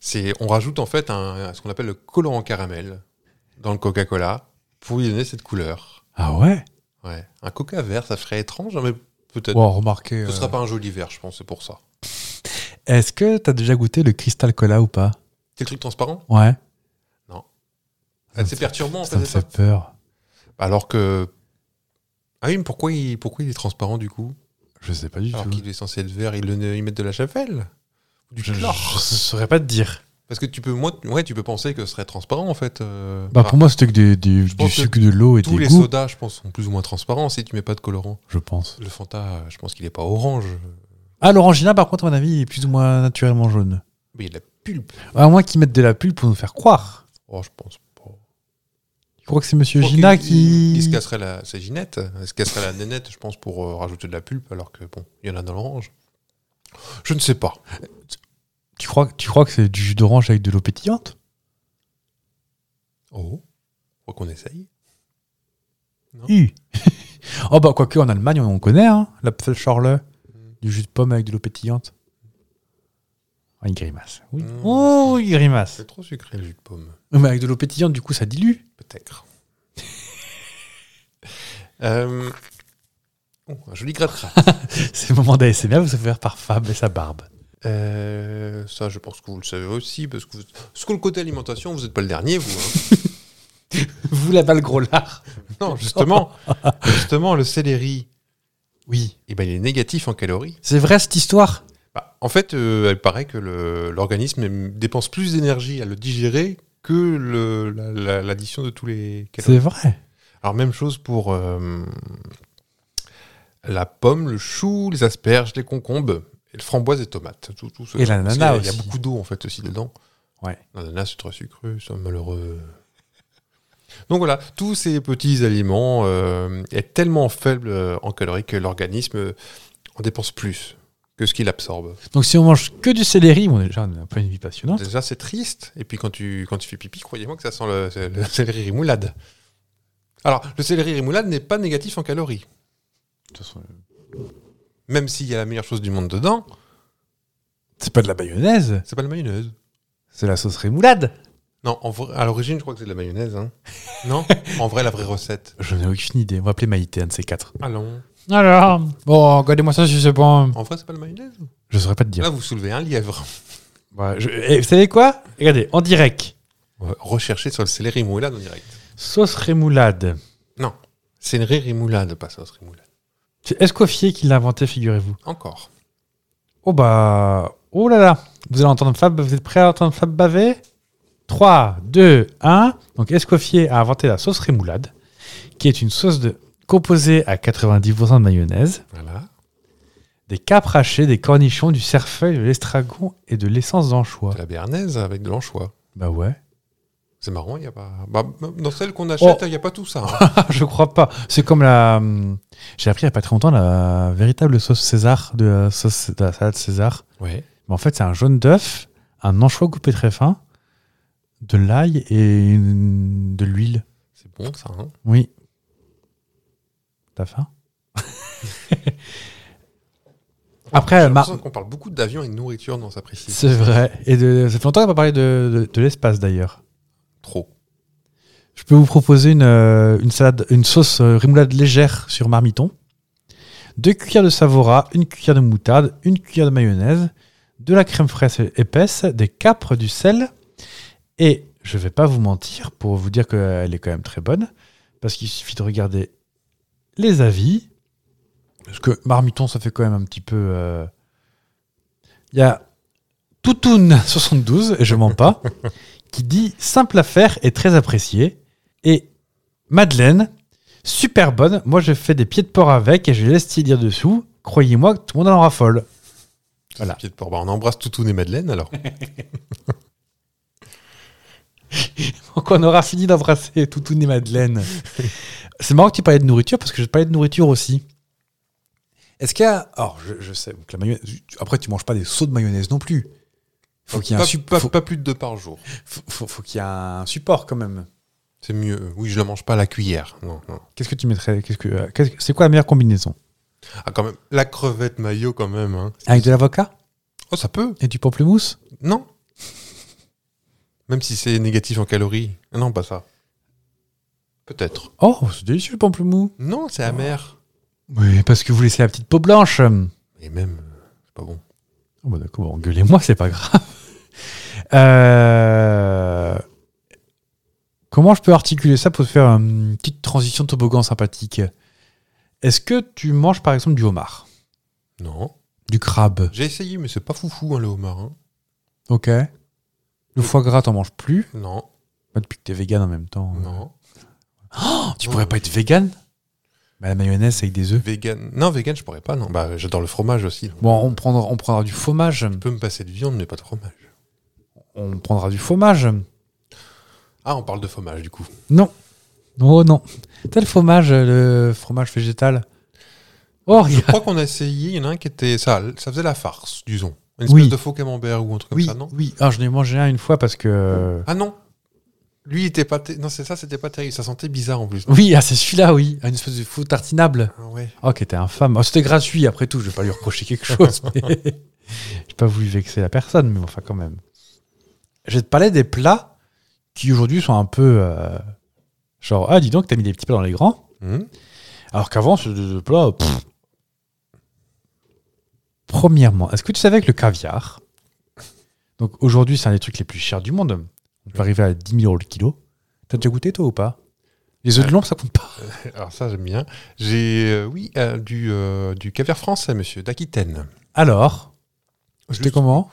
[SPEAKER 2] C'est, on rajoute en fait un, ce qu'on appelle le colorant caramel dans le Coca-Cola pour lui donner cette couleur.
[SPEAKER 1] Ah ouais
[SPEAKER 2] Ouais. Un Coca vert, ça ferait étrange, hein, mais peut-être.
[SPEAKER 1] Bon, remarquez.
[SPEAKER 2] Ce
[SPEAKER 1] euh,
[SPEAKER 2] sera pas un joli vert, je pense, c'est pour ça.
[SPEAKER 1] Est-ce que t'as déjà goûté le cristal cola ou pas
[SPEAKER 2] C'est le truc transparent
[SPEAKER 1] Ouais. Ça
[SPEAKER 2] Ah,
[SPEAKER 1] me
[SPEAKER 2] C'est
[SPEAKER 1] fait-
[SPEAKER 2] perturbant, en
[SPEAKER 1] Ça me
[SPEAKER 2] fait. c'est
[SPEAKER 1] fait
[SPEAKER 2] ça
[SPEAKER 1] peur.
[SPEAKER 2] Alors que. Ah oui, mais pourquoi il, pourquoi il est transparent du coup
[SPEAKER 1] Je sais pas du
[SPEAKER 2] Alors
[SPEAKER 1] tout.
[SPEAKER 2] qu'il est censé être vert, ils, le, ils mettent de la chapelle Ou Du
[SPEAKER 1] Je, je,
[SPEAKER 2] chlore
[SPEAKER 1] saurais pas te dire.
[SPEAKER 2] Parce que tu peux, moi, ouais, tu peux penser que ce serait transparent en fait. euh,
[SPEAKER 1] Bah,
[SPEAKER 2] par-
[SPEAKER 1] pour moi, c'était que du, du, du
[SPEAKER 2] pense que
[SPEAKER 1] sucre, de l'eau et
[SPEAKER 2] Tous
[SPEAKER 1] des
[SPEAKER 2] les
[SPEAKER 1] goûts,
[SPEAKER 2] sodas, je pense, sont plus ou moins transparents si tu mets pas de colorant.
[SPEAKER 1] je pense.
[SPEAKER 2] Le Fanta, je pense qu'il est pas orange.
[SPEAKER 1] Ah, l'orangina, par contre, à mon avis, il est plus ou moins naturellement jaune.
[SPEAKER 2] Mais il a de la pulpe.
[SPEAKER 1] À moins qu'ils mettent de la pulpe pour nous faire croire.
[SPEAKER 2] Oh, je pense pas.
[SPEAKER 1] Tu crois que c'est Monsieur
[SPEAKER 2] Je crois
[SPEAKER 1] Gina
[SPEAKER 2] qu'il- il- Il se
[SPEAKER 1] qui...
[SPEAKER 2] casserait la. C'est Ginette. Il se casserait la nénette, je pense, pour euh, rajouter de la pulpe, alors que bon, il y en a dans l'orange. Je ne sais pas.
[SPEAKER 1] Tu crois, tu crois que c'est du jus d'orange avec de l'eau pétillante
[SPEAKER 2] Oh. Faut qu'on essaye.
[SPEAKER 1] Hi. oh bah quoique en Allemagne on connaît hein, l'Apfelschorle,
[SPEAKER 2] Mm.
[SPEAKER 1] du jus de pomme avec de l'eau pétillante. Ah, il grimace. Oui.
[SPEAKER 2] Mm.
[SPEAKER 1] Oh, il grimace.
[SPEAKER 2] C'est trop sucré le jus de pomme.
[SPEAKER 1] Mais avec de l'eau pétillante du coup ça dilue.
[SPEAKER 2] Peut-être. Euh, oh, un joli gratte-gratte.
[SPEAKER 1] C'est le moment d'ASMR, vous savez faire par Fab et sa barbe.
[SPEAKER 2] Euh, ça, je pense que vous le savez aussi, parce que vous... parce que le côté alimentation, vous n'êtes pas le dernier, vous. hein.
[SPEAKER 1] vous la balle gros lard.
[SPEAKER 2] Non, justement, justement, le céleri,
[SPEAKER 1] Oui.
[SPEAKER 2] eh ben, il est négatif en calories.
[SPEAKER 1] C'est vrai cette histoire
[SPEAKER 2] Bah, en fait, euh, elle paraît que le- l'organisme aime- dépense plus d'énergie à le digérer que le- la- la- l'addition de tous les calories.
[SPEAKER 1] C'est vrai.
[SPEAKER 2] Alors, même chose pour euh, la pomme, le chou, les asperges, les concombres, et le framboise et tomates. Tout, tout ce-
[SPEAKER 1] Et l'ananas
[SPEAKER 2] parce qu'il y a- Il y a
[SPEAKER 1] aussi.
[SPEAKER 2] beaucoup d'eau, en fait, aussi dedans.
[SPEAKER 1] Ouais.
[SPEAKER 2] L'ananas, c'est très sucreux, c'est malheureux. Donc voilà, tous ces petits aliments euh, est tellement faible euh, en calories que l'organisme euh, en dépense plus que ce qu'il absorbe.
[SPEAKER 1] Donc si on mange que du céleri, bon déjà on a pas une vie passionnante.
[SPEAKER 2] Déjà, c'est triste. Et puis quand tu, quand tu fais pipi, croyez-moi que ça sent le, c'est le céleri rimoulade. Alors, le céleri rimoulade n'est pas négatif en calories.
[SPEAKER 1] euh,
[SPEAKER 2] Même s'il y a la meilleure chose du monde dedans,
[SPEAKER 1] C'est pas de la mayonnaise,
[SPEAKER 2] c'est pas la mayonnaise.
[SPEAKER 1] c'est la sauce rémoulade.
[SPEAKER 2] Non, en vrai- à l'origine, je crois que c'est de la mayonnaise. hein. Non En vrai, la vraie recette.
[SPEAKER 1] Je n'ai aucune idée, on va appeler Maïté, un de ces quatre.
[SPEAKER 2] Allons.
[SPEAKER 1] Alors, bon, regardez-moi ça si c'est bon.
[SPEAKER 2] En vrai, c'est pas la mayonnaise
[SPEAKER 1] Je saurais pas te dire.
[SPEAKER 2] Là, vous soulevez un lièvre.
[SPEAKER 1] Ouais, je- eh, vous savez quoi Regardez, en direct.
[SPEAKER 2] Recherchez sur le céleri rimoulade en direct.
[SPEAKER 1] Sauce rémoulade.
[SPEAKER 2] Céleri rimoulade, pas sauce rimoulade.
[SPEAKER 1] C'est Escoffier qui l'a inventé, figurez-vous.
[SPEAKER 2] Encore.
[SPEAKER 1] Oh bah. Oh là là Vous allez entendre Fab. Vous êtes prêts à entendre Fab baver 3, 2, 1. Donc Escoffier a inventé la sauce rémoulade, qui est une sauce de... composée à 90% de mayonnaise,
[SPEAKER 2] Voilà.
[SPEAKER 1] des capres hachés, des cornichons, du cerfeuil, de l'estragon et de l'essence d'anchois.
[SPEAKER 2] De la béarnaise avec de l'anchois.
[SPEAKER 1] Bah ouais.
[SPEAKER 2] C'est marrant, il n'y a pas. bah, dans celle qu'on achète,
[SPEAKER 1] Oh.
[SPEAKER 2] il n'y a pas tout ça. hein.
[SPEAKER 1] Ah, Je crois pas. C'est comme la. hum, J'ai appris il y a pas très longtemps la véritable sauce César de la, sauce, de la salade César.
[SPEAKER 2] ouais.
[SPEAKER 1] Mais en fait, c'est un jaune d'œuf, un anchois coupé très fin, de l'ail et une- de l'huile.
[SPEAKER 2] C'est bon, ça. hein.
[SPEAKER 1] Oui. T'as faim
[SPEAKER 2] J'ai
[SPEAKER 1] Après, ma-
[SPEAKER 2] l'impression qu'on parle beaucoup d'avions et de nourriture dans sa précise.
[SPEAKER 1] c'est vrai. Et de... ça fait longtemps qu'on n'a pas parlé de, de- de l'espace d'ailleurs.
[SPEAKER 2] Trop.
[SPEAKER 1] Je peux vous proposer une, euh, une salade, une sauce euh, rémoulade légère sur marmiton, deux cuillères de savoura, une cuillère de moutarde, une cuillère de mayonnaise, de la crème fraîche épaisse, des capres, du sel, et je vais pas vous mentir pour vous dire qu'elle est quand même très bonne, parce qu'il suffit de regarder les avis, parce que marmiton ça fait quand même un petit peu. euh, Il y a Toutoun72, et je mens pas, qui dit simple à faire et très appréciée. Et Madeleine, super bonne. Moi, je fais des pieds de porc avec et je laisse dire dessous. croyez-moi que tout le monde en raffole. Voilà.
[SPEAKER 2] Voilà. Pied de porc. Bah, on embrasse Toutoune et Madeleine alors.
[SPEAKER 1] Donc on aura fini d'embrasser Toutoune et Madeleine. C'est marrant que tu parlais de nourriture parce que je te parlais de nourriture aussi. Est-ce qu'il y a. Alors, je, je sais, donc la mayonnaise- après, tu manges pas des sauts de mayonnaise non plus. Faut qu'il y ait un
[SPEAKER 2] pas,
[SPEAKER 1] sup-
[SPEAKER 2] pas-
[SPEAKER 1] faut-
[SPEAKER 2] pas plus de deux par jour.
[SPEAKER 1] faut- faut- faut qu'il y ait un support quand même.
[SPEAKER 2] C'est mieux. Oui, je la mange pas à la cuillère. Non, non.
[SPEAKER 1] Qu'est-ce que tu mettrais Qu'est-ce que, euh, qu'est-ce que- C'est quoi la meilleure combinaison
[SPEAKER 2] Ah, quand même. La crevette maillot, quand même. hein.
[SPEAKER 1] Avec de l'avocat
[SPEAKER 2] Oh, ça peut.
[SPEAKER 1] et du pamplemousse
[SPEAKER 2] Non. Même si c'est négatif en calories. Ah Non, pas ça. Peut-être.
[SPEAKER 1] Oh, c'est délicieux le pamplemousse
[SPEAKER 2] Non, c'est amer.
[SPEAKER 1] Oui, parce que vous laissez la petite peau blanche. Oh,
[SPEAKER 2] Ah. Et même, euh, c'est pas bon.
[SPEAKER 1] bah d'accord, engueulez-moi, c'est pas grave. Euh, Comment je peux articuler ça pour te faire une petite transition de toboggan sympathique Est-ce que tu manges par exemple du homard
[SPEAKER 2] Non.
[SPEAKER 1] Du crabe
[SPEAKER 2] J'ai essayé, mais c'est pas foufou, hein, le homard. hein.
[SPEAKER 1] Ok. Le foie gras, t'en manges plus
[SPEAKER 2] Non,
[SPEAKER 1] Bah, Depuis que t'es vegan en même temps.
[SPEAKER 2] non.
[SPEAKER 1] Oh, tu pourrais pas être vegan bah, La mayonnaise avec des œufs.
[SPEAKER 2] Vegan. Non, vegan, je pourrais pas. Non, bah, j'adore le fromage aussi. donc.
[SPEAKER 1] Bon, on prendra, on prendra du fromage.
[SPEAKER 2] Je peux me passer de viande, mais pas de fromage.
[SPEAKER 1] On prendra du fromage.
[SPEAKER 2] Ah, on parle de fromage, du coup.
[SPEAKER 1] Non. Oh non. T'as le fromage, euh, le fromage végétal. Oh,
[SPEAKER 2] Je
[SPEAKER 1] regarde.
[SPEAKER 2] crois qu'on Ah, a essayé, il y en a un qui était. Ça, ça faisait la farce, disons. Une espèce
[SPEAKER 1] Oui.
[SPEAKER 2] de faux camembert ou un truc comme
[SPEAKER 1] Oui,
[SPEAKER 2] ça, non
[SPEAKER 1] oui. Ah, je n'ai mangé un une fois parce que. euh,
[SPEAKER 2] Ah non Lui, il était pas. ter- Non, c'est ça, c'était pas terrible. Ça sentait bizarre en plus.
[SPEAKER 1] Oui, ah, c'est celui-là, oui. Une espèce de faux tartinable.
[SPEAKER 2] Ah ouais.
[SPEAKER 1] Oh, qui était infâme. Oh, C'était gratuit, après tout. Je vais pas lui reprocher quelque chose. mais- J'ai pas voulu vexer la personne, mais enfin, quand même. Je vais te parler des plats qui aujourd'hui sont un peu. euh, Genre, ah, dis donc, t'as mis des petits plats dans les grands.
[SPEAKER 2] Hmm
[SPEAKER 1] Alors qu'avant, ce ce plat. pff. Premièrement, est-ce que tu savais que le caviar, donc aujourd'hui, c'est un des trucs les plus chers du monde. On peut arriver à 10 000 euros le kilo. T'as déjà goûté, toi, ou pas Les œufs de l'ombre, ça compte pas.
[SPEAKER 2] Alors ça, j'aime bien. J'ai, euh, oui, euh, du, euh, du caviar français, monsieur, d'Aquitaine.
[SPEAKER 1] Alors, c'était
[SPEAKER 2] Juste-
[SPEAKER 1] comment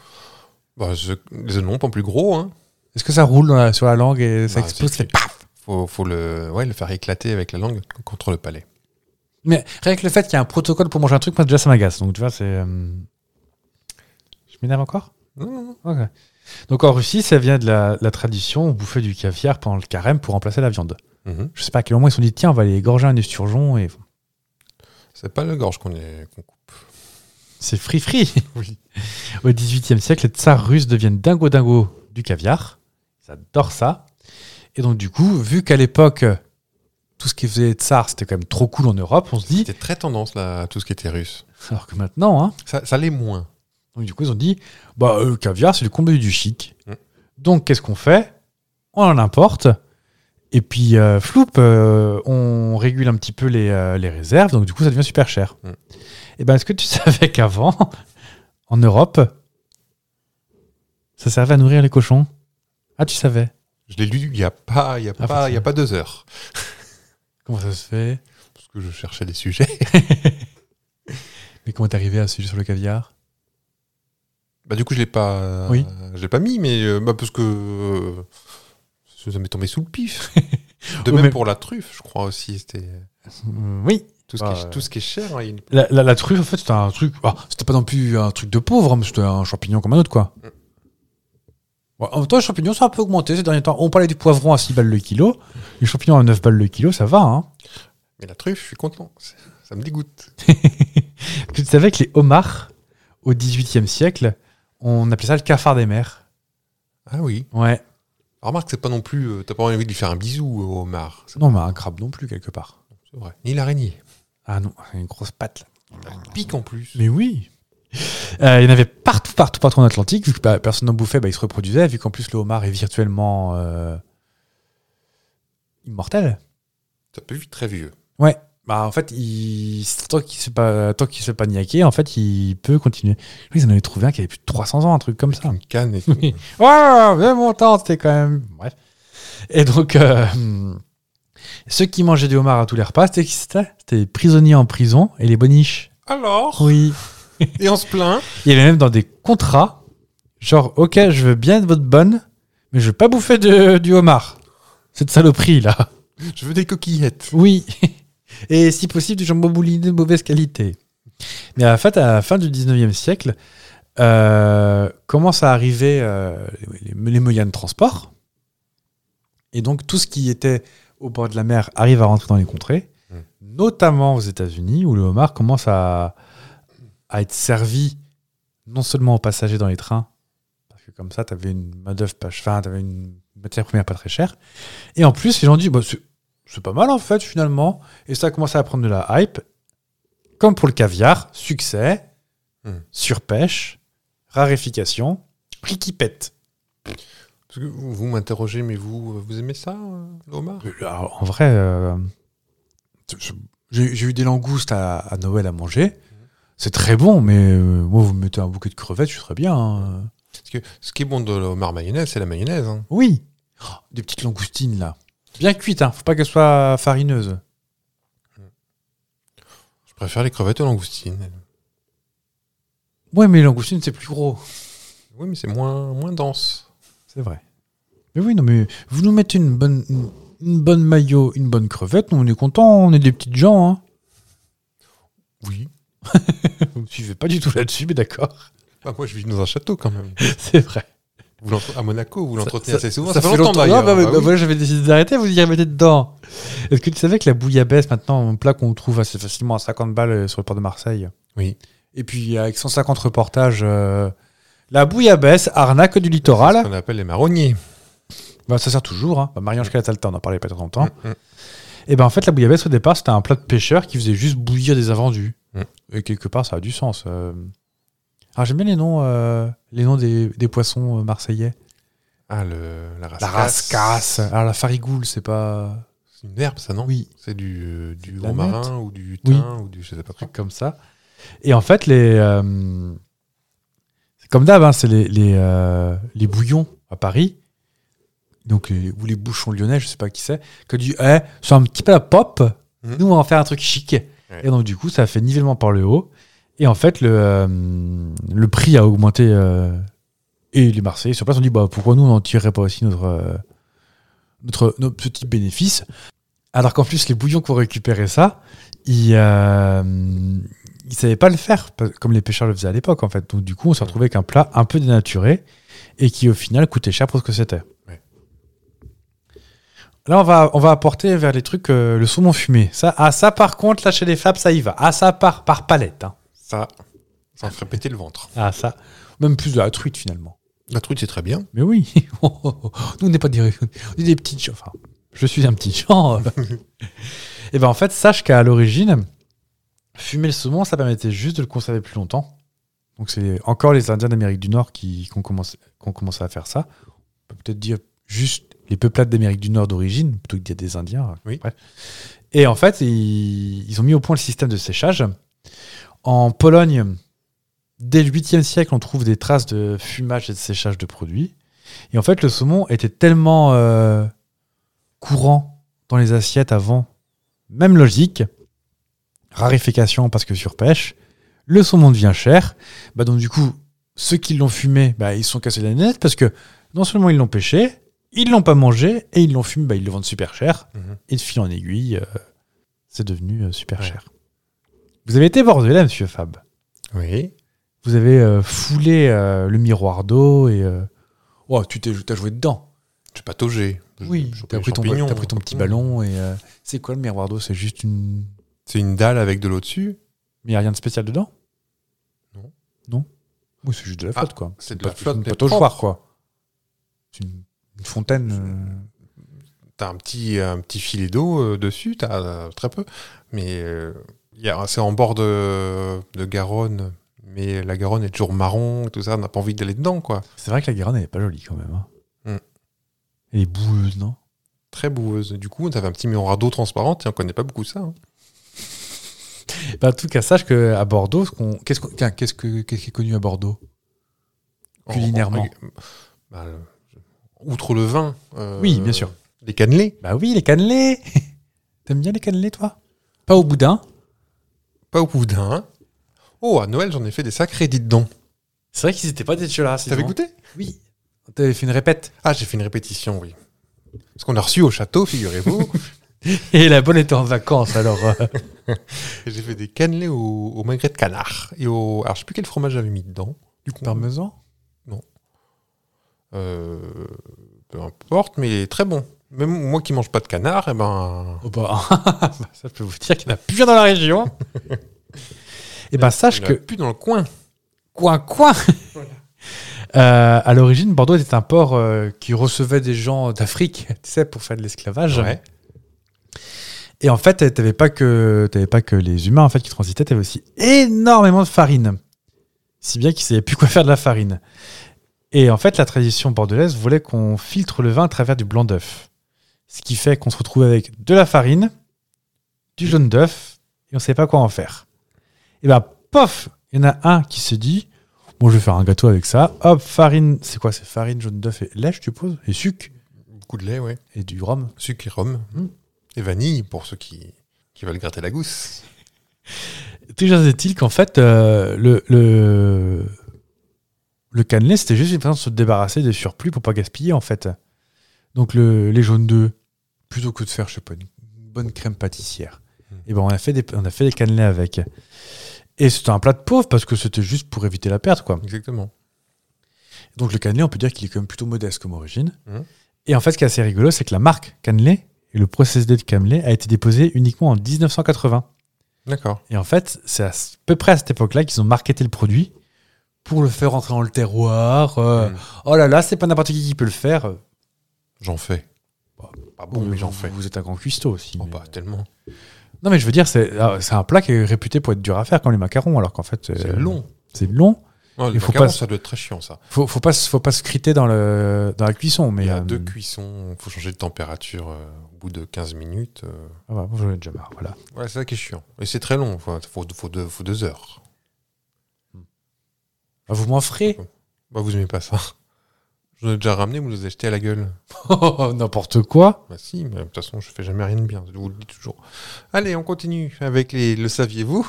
[SPEAKER 2] Bah, je- les œufs en plus gros, hein.
[SPEAKER 1] Est-ce que ça roule dans la- sur la langue et ça
[SPEAKER 2] Bah,
[SPEAKER 1] explose
[SPEAKER 2] c'est-
[SPEAKER 1] ça fait paf
[SPEAKER 2] Faut, faut le, ouais, le faire éclater avec la langue contre le palais.
[SPEAKER 1] Mais rien que le fait qu'il y a un protocole pour manger un truc, moi, déjà, ça m'agace. Donc, tu vois, c'est. euh, Je m'énerve encore
[SPEAKER 2] Non, non, non.
[SPEAKER 1] Ok. Donc, en Russie, ça vient de la, la tradition, on bouffait du caviar pendant le carême pour remplacer la viande.
[SPEAKER 2] Mhm.
[SPEAKER 1] je sais pas à quel moment ils se sont dit tiens on va aller égorger un esturgeon et
[SPEAKER 2] C'est pas le gorge qu'on est- qu'on coupe.
[SPEAKER 1] c'est free free
[SPEAKER 2] Oui.
[SPEAKER 1] au XVIIIe siècle les tsars russes deviennent dingo dingo du caviar ils adorent ça et donc du coup vu qu'à l'époque tout ce qui faisait tsar c'était quand même trop cool en Europe on se dit
[SPEAKER 2] C'était très tendance, là, à tout ce qui était russe.
[SPEAKER 1] alors que maintenant hein,
[SPEAKER 2] Ça, ça l'est moins.
[SPEAKER 1] donc du coup ils ont dit bah euh, le caviar c'est le comble du chic
[SPEAKER 2] Mm.
[SPEAKER 1] donc qu'est-ce qu'on fait on en importe et puis euh, floup euh, on régule un petit peu les, euh, les réserves donc du coup ça devient super cher
[SPEAKER 2] Mm.
[SPEAKER 1] et ben est-ce que tu savais qu'avant en Europe, ça servait à nourrir les cochons. Ah, tu savais
[SPEAKER 2] Je l'ai lu il n'y a, pas, il y a,
[SPEAKER 1] Ah,
[SPEAKER 2] pas, il y a
[SPEAKER 1] forcément.
[SPEAKER 2] pas deux heures.
[SPEAKER 1] Comment ça se fait
[SPEAKER 2] Parce que je cherchais des sujets.
[SPEAKER 1] Mais comment t'es arrivé à ce sujet sur le caviar
[SPEAKER 2] Bah, du coup, je l'ai pas,
[SPEAKER 1] Oui.
[SPEAKER 2] je l'ai pas mis, mais euh, bah, parce que euh, ça m'est tombé sous le pif. De
[SPEAKER 1] Oui,
[SPEAKER 2] même
[SPEAKER 1] mais-
[SPEAKER 2] pour la truffe, je crois aussi. C'était
[SPEAKER 1] Oui.
[SPEAKER 2] tout, ce
[SPEAKER 1] Ah,
[SPEAKER 2] qui est-
[SPEAKER 1] ouais.
[SPEAKER 2] tout ce qui est cher. hein, il y a une-
[SPEAKER 1] La, la- la truffe, en fait, c'était un truc. ah, c'était pas non plus un truc de pauvre, hein, mais c'était un champignon comme un autre, quoi. Ouais, en même temps, les champignons, ça a un peu augmenté ces derniers temps. On parlait du poivron à 6 balles le kilo. Les champignons à 9 balles le kilo, ça va, hein.
[SPEAKER 2] Mais la truffe, je suis content. C'est- Ça me dégoûte.
[SPEAKER 1] Tu savais que les homards, au 18 siècle, on appelait ça le cafard des mers.
[SPEAKER 2] Ah oui.
[SPEAKER 1] Ouais.
[SPEAKER 2] Remarque, c'est pas non plus. euh, T'as pas envie de lui faire un bisou euh, au homard. C'est
[SPEAKER 1] Non, mais un crabe non plus, quelque part.
[SPEAKER 2] c'est vrai. Ni l'araignée.
[SPEAKER 1] Ah non, une grosse patte, là.
[SPEAKER 2] Elle pique en plus.
[SPEAKER 1] Mais oui. Euh, il y en avait partout, partout, partout en Atlantique. Vu que bah, personne n'en bouffait, bah, il se reproduisait. Vu qu'en plus, le homard est virtuellement euh, immortel.
[SPEAKER 2] Ça peut vite très vieux.
[SPEAKER 1] Ouais. Bah, en fait, il... tant qu'il ne s'est pas, tant qu'il s'est pas niaqué, en fait, il peut continuer. Oui, ils en avaient trouvé un qui avait plus de 300 ans, un truc comme ça.
[SPEAKER 2] Une canne et
[SPEAKER 1] Oui. Ouais, mais mon temps, c'était quand même. Bref. Et donc, euh, ceux qui mangeaient du homard à tous les repas, c'était qui c'était C'était les prisonniers en prison et les boniches.
[SPEAKER 2] Alors
[SPEAKER 1] Oui.
[SPEAKER 2] Et on se plaint
[SPEAKER 1] Il y avait même dans des contrats, genre, ok, je veux bien être votre bonne, mais je veux pas bouffer de- du homard. Cette saloperie, là.
[SPEAKER 2] Je veux des coquillettes.
[SPEAKER 1] Oui. Et si possible, du jambon bouliné de mauvaise qualité. Mais à la fin, à la fin du 19e siècle, euh, commencent à arriver euh, les, les moyens de transport. Et donc, tout ce qui était au bord de la mer arrive à rentrer dans les contrées,
[SPEAKER 2] Mm.
[SPEAKER 1] notamment aux États-Unis, où le homard commence à, à être servi non seulement aux passagers dans les trains, parce que comme ça, tu avais une main-d'œuvre pas ch- enfin, t'avais une matière première pas très chère. Et en plus, les gens disent, bah, c'est- c'est pas mal en fait, finalement. Et ça a commencé à prendre de la hype. Comme pour le caviar, succès,
[SPEAKER 2] Mm.
[SPEAKER 1] Hmm. surpêche, raréfication, prix qui pète.
[SPEAKER 2] Parce que vous vous m'interrogez, mais vous, euh, vous aimez ça, euh, le homard
[SPEAKER 1] Alors, en vrai, euh, je- je- j'ai j'ai eu des langoustes à, à Noël à manger. Hmm. C'est très bon, mais euh, moi, vous me mettez un bouquet de crevettes, je suis très bien. hein.
[SPEAKER 2] Parce que ce qui est bon de l'homard mayonnaise, c'est la mayonnaise. hein.
[SPEAKER 1] Oui. Oh, des petites langoustines, là. Bien cuites, hein. faut pas qu'elles soient farineuses.
[SPEAKER 2] Je préfère les crevettes aux langoustines.
[SPEAKER 1] Ouais, mais les langoustines, c'est plus gros.
[SPEAKER 2] Oui, mais c'est moins, moins dense.
[SPEAKER 1] C'est vrai. Mais oui, non, mais vous nous mettez une bonne, une, une bonne maillot, une bonne crevette, nous, on est content, on est des petites gens. Hein.
[SPEAKER 2] Oui.
[SPEAKER 1] Vous me suivez pas du tout là-dessus, mais d'accord.
[SPEAKER 2] Bah, moi, je vis dans un château quand même.
[SPEAKER 1] C'est vrai.
[SPEAKER 2] Vous l'entre- à Monaco, vous l'entretenez
[SPEAKER 1] ça-
[SPEAKER 2] assez souvent.
[SPEAKER 1] Ça, fait longtemps,
[SPEAKER 2] d'ailleurs.
[SPEAKER 1] Non, bah, bah,
[SPEAKER 2] Bah oui.
[SPEAKER 1] voilà, j'avais décidé d'arrêter, vous y remettez dedans. Est-ce que tu savais que la bouillabaisse, maintenant, un plat qu'on trouve assez facilement à 50 balles euh, sur le port de Marseille
[SPEAKER 2] Oui.
[SPEAKER 1] Et puis, avec 150 reportages, euh, la bouillabaisse, arnaque du
[SPEAKER 2] C'est
[SPEAKER 1] littoral,
[SPEAKER 2] ce qu'on appelle les maronniers.
[SPEAKER 1] bah, ça sert toujours. Hein. Bah, Marie-Ange Calatalta, on en parlait pas très longtemps.
[SPEAKER 2] Mm, mm.
[SPEAKER 1] Et ben en fait, la bouillabaisse, au départ, c'était un plat de pêcheur qui faisait juste bouillir des invendus.
[SPEAKER 2] Mm.
[SPEAKER 1] Et quelque part, ça a du sens. euh. Alors, j'aime bien les noms, euh, les noms des, des poissons euh, marseillais.
[SPEAKER 2] Ah, le, la rascasse.
[SPEAKER 1] La rascasse. Alors, la farigoule, c'est pas.
[SPEAKER 2] C'est une herbe, ça, non
[SPEAKER 1] Oui.
[SPEAKER 2] C'est du, euh, du
[SPEAKER 1] de la
[SPEAKER 2] romarin ou du thym ou du je sais pas quoi.
[SPEAKER 1] truc comme ça. Et en fait, les. euh, c'est comme d'hab, hein, c'est les, les, euh, les bouillons à Paris, donc les- ou les bouchons lyonnais, je sais pas qui c'est, que du. Eh, c'est un petit peu la pop,
[SPEAKER 2] Mhm.
[SPEAKER 1] nous on va en faire un truc chic. Et donc, du coup, ça a fait nivellement par le haut. Et en fait, le, euh, le prix a augmenté. euh, et les Marseillais sur place ont dit bah, pourquoi nous on n'en tirerait pas aussi notre, euh, notre, nos petits bénéfices Alors qu'en plus, les bouillons qui ont récupéré ça, ils ne savaient euh, pas le faire, parce- comme les pêcheurs le faisaient à l'époque en fait. Donc du coup, on s'est retrouvé avec un plat un peu dénaturé et qui au final coûtait cher pour ce que c'était.
[SPEAKER 2] Ouais.
[SPEAKER 1] Là, on va, on va apporter vers les trucs euh, le saumon fumé. Ça, ah, ça par contre, là chez les Fabs, ça y va. Ah, ça par, par palette. hein.
[SPEAKER 2] Ça, ça me ferait péter le ventre.
[SPEAKER 1] Ah, ça. Même plus de la truite finalement.
[SPEAKER 2] La truite, c'est très bien.
[SPEAKER 1] Mais oui, nous on n'est pas des, on est des petits gens. Enfin, je suis un petit gens. Et ben en fait, sache qu'à l'origine, fumer le saumon, ça permettait juste de le conserver plus longtemps. Donc c'est encore les Indiens d'Amérique du Nord qui, qui ont commencé, qui ont commencé à faire ça. On peut peut-être dire juste les peuplades d'Amérique du Nord d'origine, plutôt que dire des Indiens.
[SPEAKER 2] Oui.
[SPEAKER 1] Bref. Et en fait, ils, ils ont mis au point le système de séchage. En Pologne, dès le 8e siècle, on trouve des traces de fumage et de séchage de produits. Et en fait, le saumon était tellement euh, courant dans les assiettes avant, même logique, raréfication parce que surpêche, le saumon devient cher. Bah donc du coup, ceux qui l'ont fumé, bah, ils se sont cassés la nette parce que non seulement ils l'ont pêché, ils l'ont pas mangé et ils l'ont fumé, bah, ils le vendent super cher.
[SPEAKER 2] Mhm.
[SPEAKER 1] Et de fil en aiguille, euh, c'est devenu euh, super
[SPEAKER 2] Ouais.
[SPEAKER 1] cher. Vous avez été bordelais, monsieur Fab
[SPEAKER 2] Oui.
[SPEAKER 1] vous avez euh, foulé euh, le miroir d'eau et euh, oh, tu t'es t'as joué dedans.
[SPEAKER 2] J'ai pas taugé. J'ai- j'ai
[SPEAKER 1] t'as
[SPEAKER 2] les
[SPEAKER 1] pris, ton,
[SPEAKER 2] champignons. hein.
[SPEAKER 1] t'as pris ton petit ballon et euh, c'est quoi le miroir d'eau C'est juste une.
[SPEAKER 2] C'est une dalle avec de l'eau dessus.
[SPEAKER 1] Mais y a rien de spécial dedans
[SPEAKER 2] Non.
[SPEAKER 1] Non. Oui, c'est juste de la flotte quoi.
[SPEAKER 2] C'est de
[SPEAKER 1] Pas-
[SPEAKER 2] la flotte.
[SPEAKER 1] une
[SPEAKER 2] mais
[SPEAKER 1] pâte au
[SPEAKER 2] propre.
[SPEAKER 1] joueur, quoi. C'est une, une fontaine. euh,
[SPEAKER 2] T'as un petit, un petit filet d'eau euh, dessus, t'as euh, très peu. Mais euh, il y a- c'est en bord de, de Garonne. Mais la Garonne est toujours marron, tout ça, on n'a pas envie d'aller dedans, quoi.
[SPEAKER 1] C'est vrai que la Garonne elle est pas jolie quand même. hein.
[SPEAKER 2] Mm.
[SPEAKER 1] Elle est boueuse non
[SPEAKER 2] Très boueuse. Du coup, t'avais un petit miroir d'eau transparente, et on connaît pas beaucoup ça. hein.
[SPEAKER 1] Bah, en tout cas sache que à Bordeaux ce qu'on- qu'est-ce qu'on- tiens, qu'est-ce que qu'est-ce qui est connu à Bordeaux
[SPEAKER 2] En-
[SPEAKER 1] Culinairement.
[SPEAKER 2] en- bah, le- outre le vin. euh,
[SPEAKER 1] Oui, bien sûr.
[SPEAKER 2] Des cannelés.
[SPEAKER 1] Bah oui les cannelés. T'aimes bien les cannelés toi Pas au boudin.
[SPEAKER 2] Pas au boudin. hein. Oh, à Noël, j'en ai fait des sacrés, dites donc.
[SPEAKER 1] C'est vrai qu'ils étaient pas dégueulasses.
[SPEAKER 2] T'avais goûté
[SPEAKER 1] Oui. T'avais fait une répète.
[SPEAKER 2] Ah, j'ai fait une répétition, oui. Parce qu'on a reçu au château, figurez-vous.
[SPEAKER 1] Et la bonne était en vacances, alors. euh,
[SPEAKER 2] J'ai fait des cannelés au, au magret de canard. Et au, alors, je sais plus quel fromage j'avais mis dedans. Du coup,
[SPEAKER 1] Parmesan
[SPEAKER 2] euh, peu importe, mais très bon. Même moi qui mange pas de canard, eh ben,
[SPEAKER 1] Oh bah, Ça, je peux vous dire qu'il n'y en a plus dans la région. Et ben, sache
[SPEAKER 2] il y en a
[SPEAKER 1] que
[SPEAKER 2] plus dans le coin.
[SPEAKER 1] coin coin. Euh, à l'origine, Bordeaux était un port euh, qui recevait des gens d'Afrique, tu sais, pour faire de l'esclavage.
[SPEAKER 2] Ouais.
[SPEAKER 1] Et en fait, t'avais pas que t'avais pas que les humains en fait qui transitaient, t'avais aussi énormément de farine, si bien qu'ils savaient plus quoi faire de la farine. Et en fait, la tradition bordelaise voulait qu'on filtre le vin à travers du blanc d'œuf, ce qui fait qu'on se retrouve avec de la farine, du jaune d'œuf, et on savait pas quoi en faire. Et ben, pof, il y en a un qui se dit, bon, je vais faire un gâteau avec ça. Hop, farine, c'est quoi C'est farine, jaune d'œuf et lait, je suppose, et sucre
[SPEAKER 2] Beaucoup de lait, ouais.
[SPEAKER 1] et du rhum.
[SPEAKER 2] Sucre et rhum.
[SPEAKER 1] Mm.
[SPEAKER 2] Et vanille pour ceux qui, qui veulent gratter la gousse.
[SPEAKER 1] Toujours est-il qu'en fait, euh, le, le, le cannelé, c'était juste une façon de se débarrasser des surplus pour pas gaspiller, en fait. Donc, le, les jaunes d'œufs, plutôt que de faire, je sais pas, une bonne crème pâtissière,
[SPEAKER 2] Mm.
[SPEAKER 1] et ben on a fait des, on a fait des cannelés avec. Et c'était un plat de pauvre parce que c'était juste pour éviter la perte, quoi.
[SPEAKER 2] Exactement.
[SPEAKER 1] Donc, le cannelé, on peut dire qu'il est quand même plutôt modeste comme origine.
[SPEAKER 2] Mm.
[SPEAKER 1] Et en fait, ce qui est assez rigolo, c'est que la marque cannelé et le procédé de cannelé a été déposé uniquement en 1980.
[SPEAKER 2] D'accord.
[SPEAKER 1] Et en fait, c'est à s- peu près à cette époque-là qu'ils ont marketé le produit pour le faire rentrer dans le terroir. euh,
[SPEAKER 2] Mm.
[SPEAKER 1] Oh là là, c'est pas n'importe qui qui peut le faire. Euh,
[SPEAKER 2] J'en fais.
[SPEAKER 1] Bah,
[SPEAKER 2] pas bon, mais j'en
[SPEAKER 1] vous-
[SPEAKER 2] fais.
[SPEAKER 1] Vous êtes un grand cuistot aussi.
[SPEAKER 2] Oh,
[SPEAKER 1] mais-
[SPEAKER 2] bah, tellement.
[SPEAKER 1] Non, mais je veux dire, c'est ah, c'est un plat qui est réputé pour être dur à faire comme les macarons, alors qu'en fait. euh,
[SPEAKER 2] C'est long.
[SPEAKER 1] C'est long.
[SPEAKER 2] Non, les
[SPEAKER 1] il faut
[SPEAKER 2] macarons,
[SPEAKER 1] pas-
[SPEAKER 2] ça doit être très chiant, ça.
[SPEAKER 1] Faut, faut, pas, se- faut pas se criter dans, le, dans la cuisson. Mais,
[SPEAKER 2] Il y a
[SPEAKER 1] euh,
[SPEAKER 2] deux cuissons, il faut changer de température euh, au bout de 15 minutes. euh.
[SPEAKER 1] ah, bah, bon, j'en ai déjà marre. Voilà.
[SPEAKER 2] Ouais, c'est ça qui est chiant. Et c'est très long, il faut, faut, faut deux, faut deux heures.
[SPEAKER 1] Ah, vous m'en ferez
[SPEAKER 2] Bah, vous aimez pas ça. Je vous en ai déjà ramené, vous nous achetez à la gueule.
[SPEAKER 1] Oh, N'importe quoi.
[SPEAKER 2] Bah si, mais de toute façon, je fais jamais rien de bien, je vous le dis toujours. Allez, on continue avec les Le saviez-vous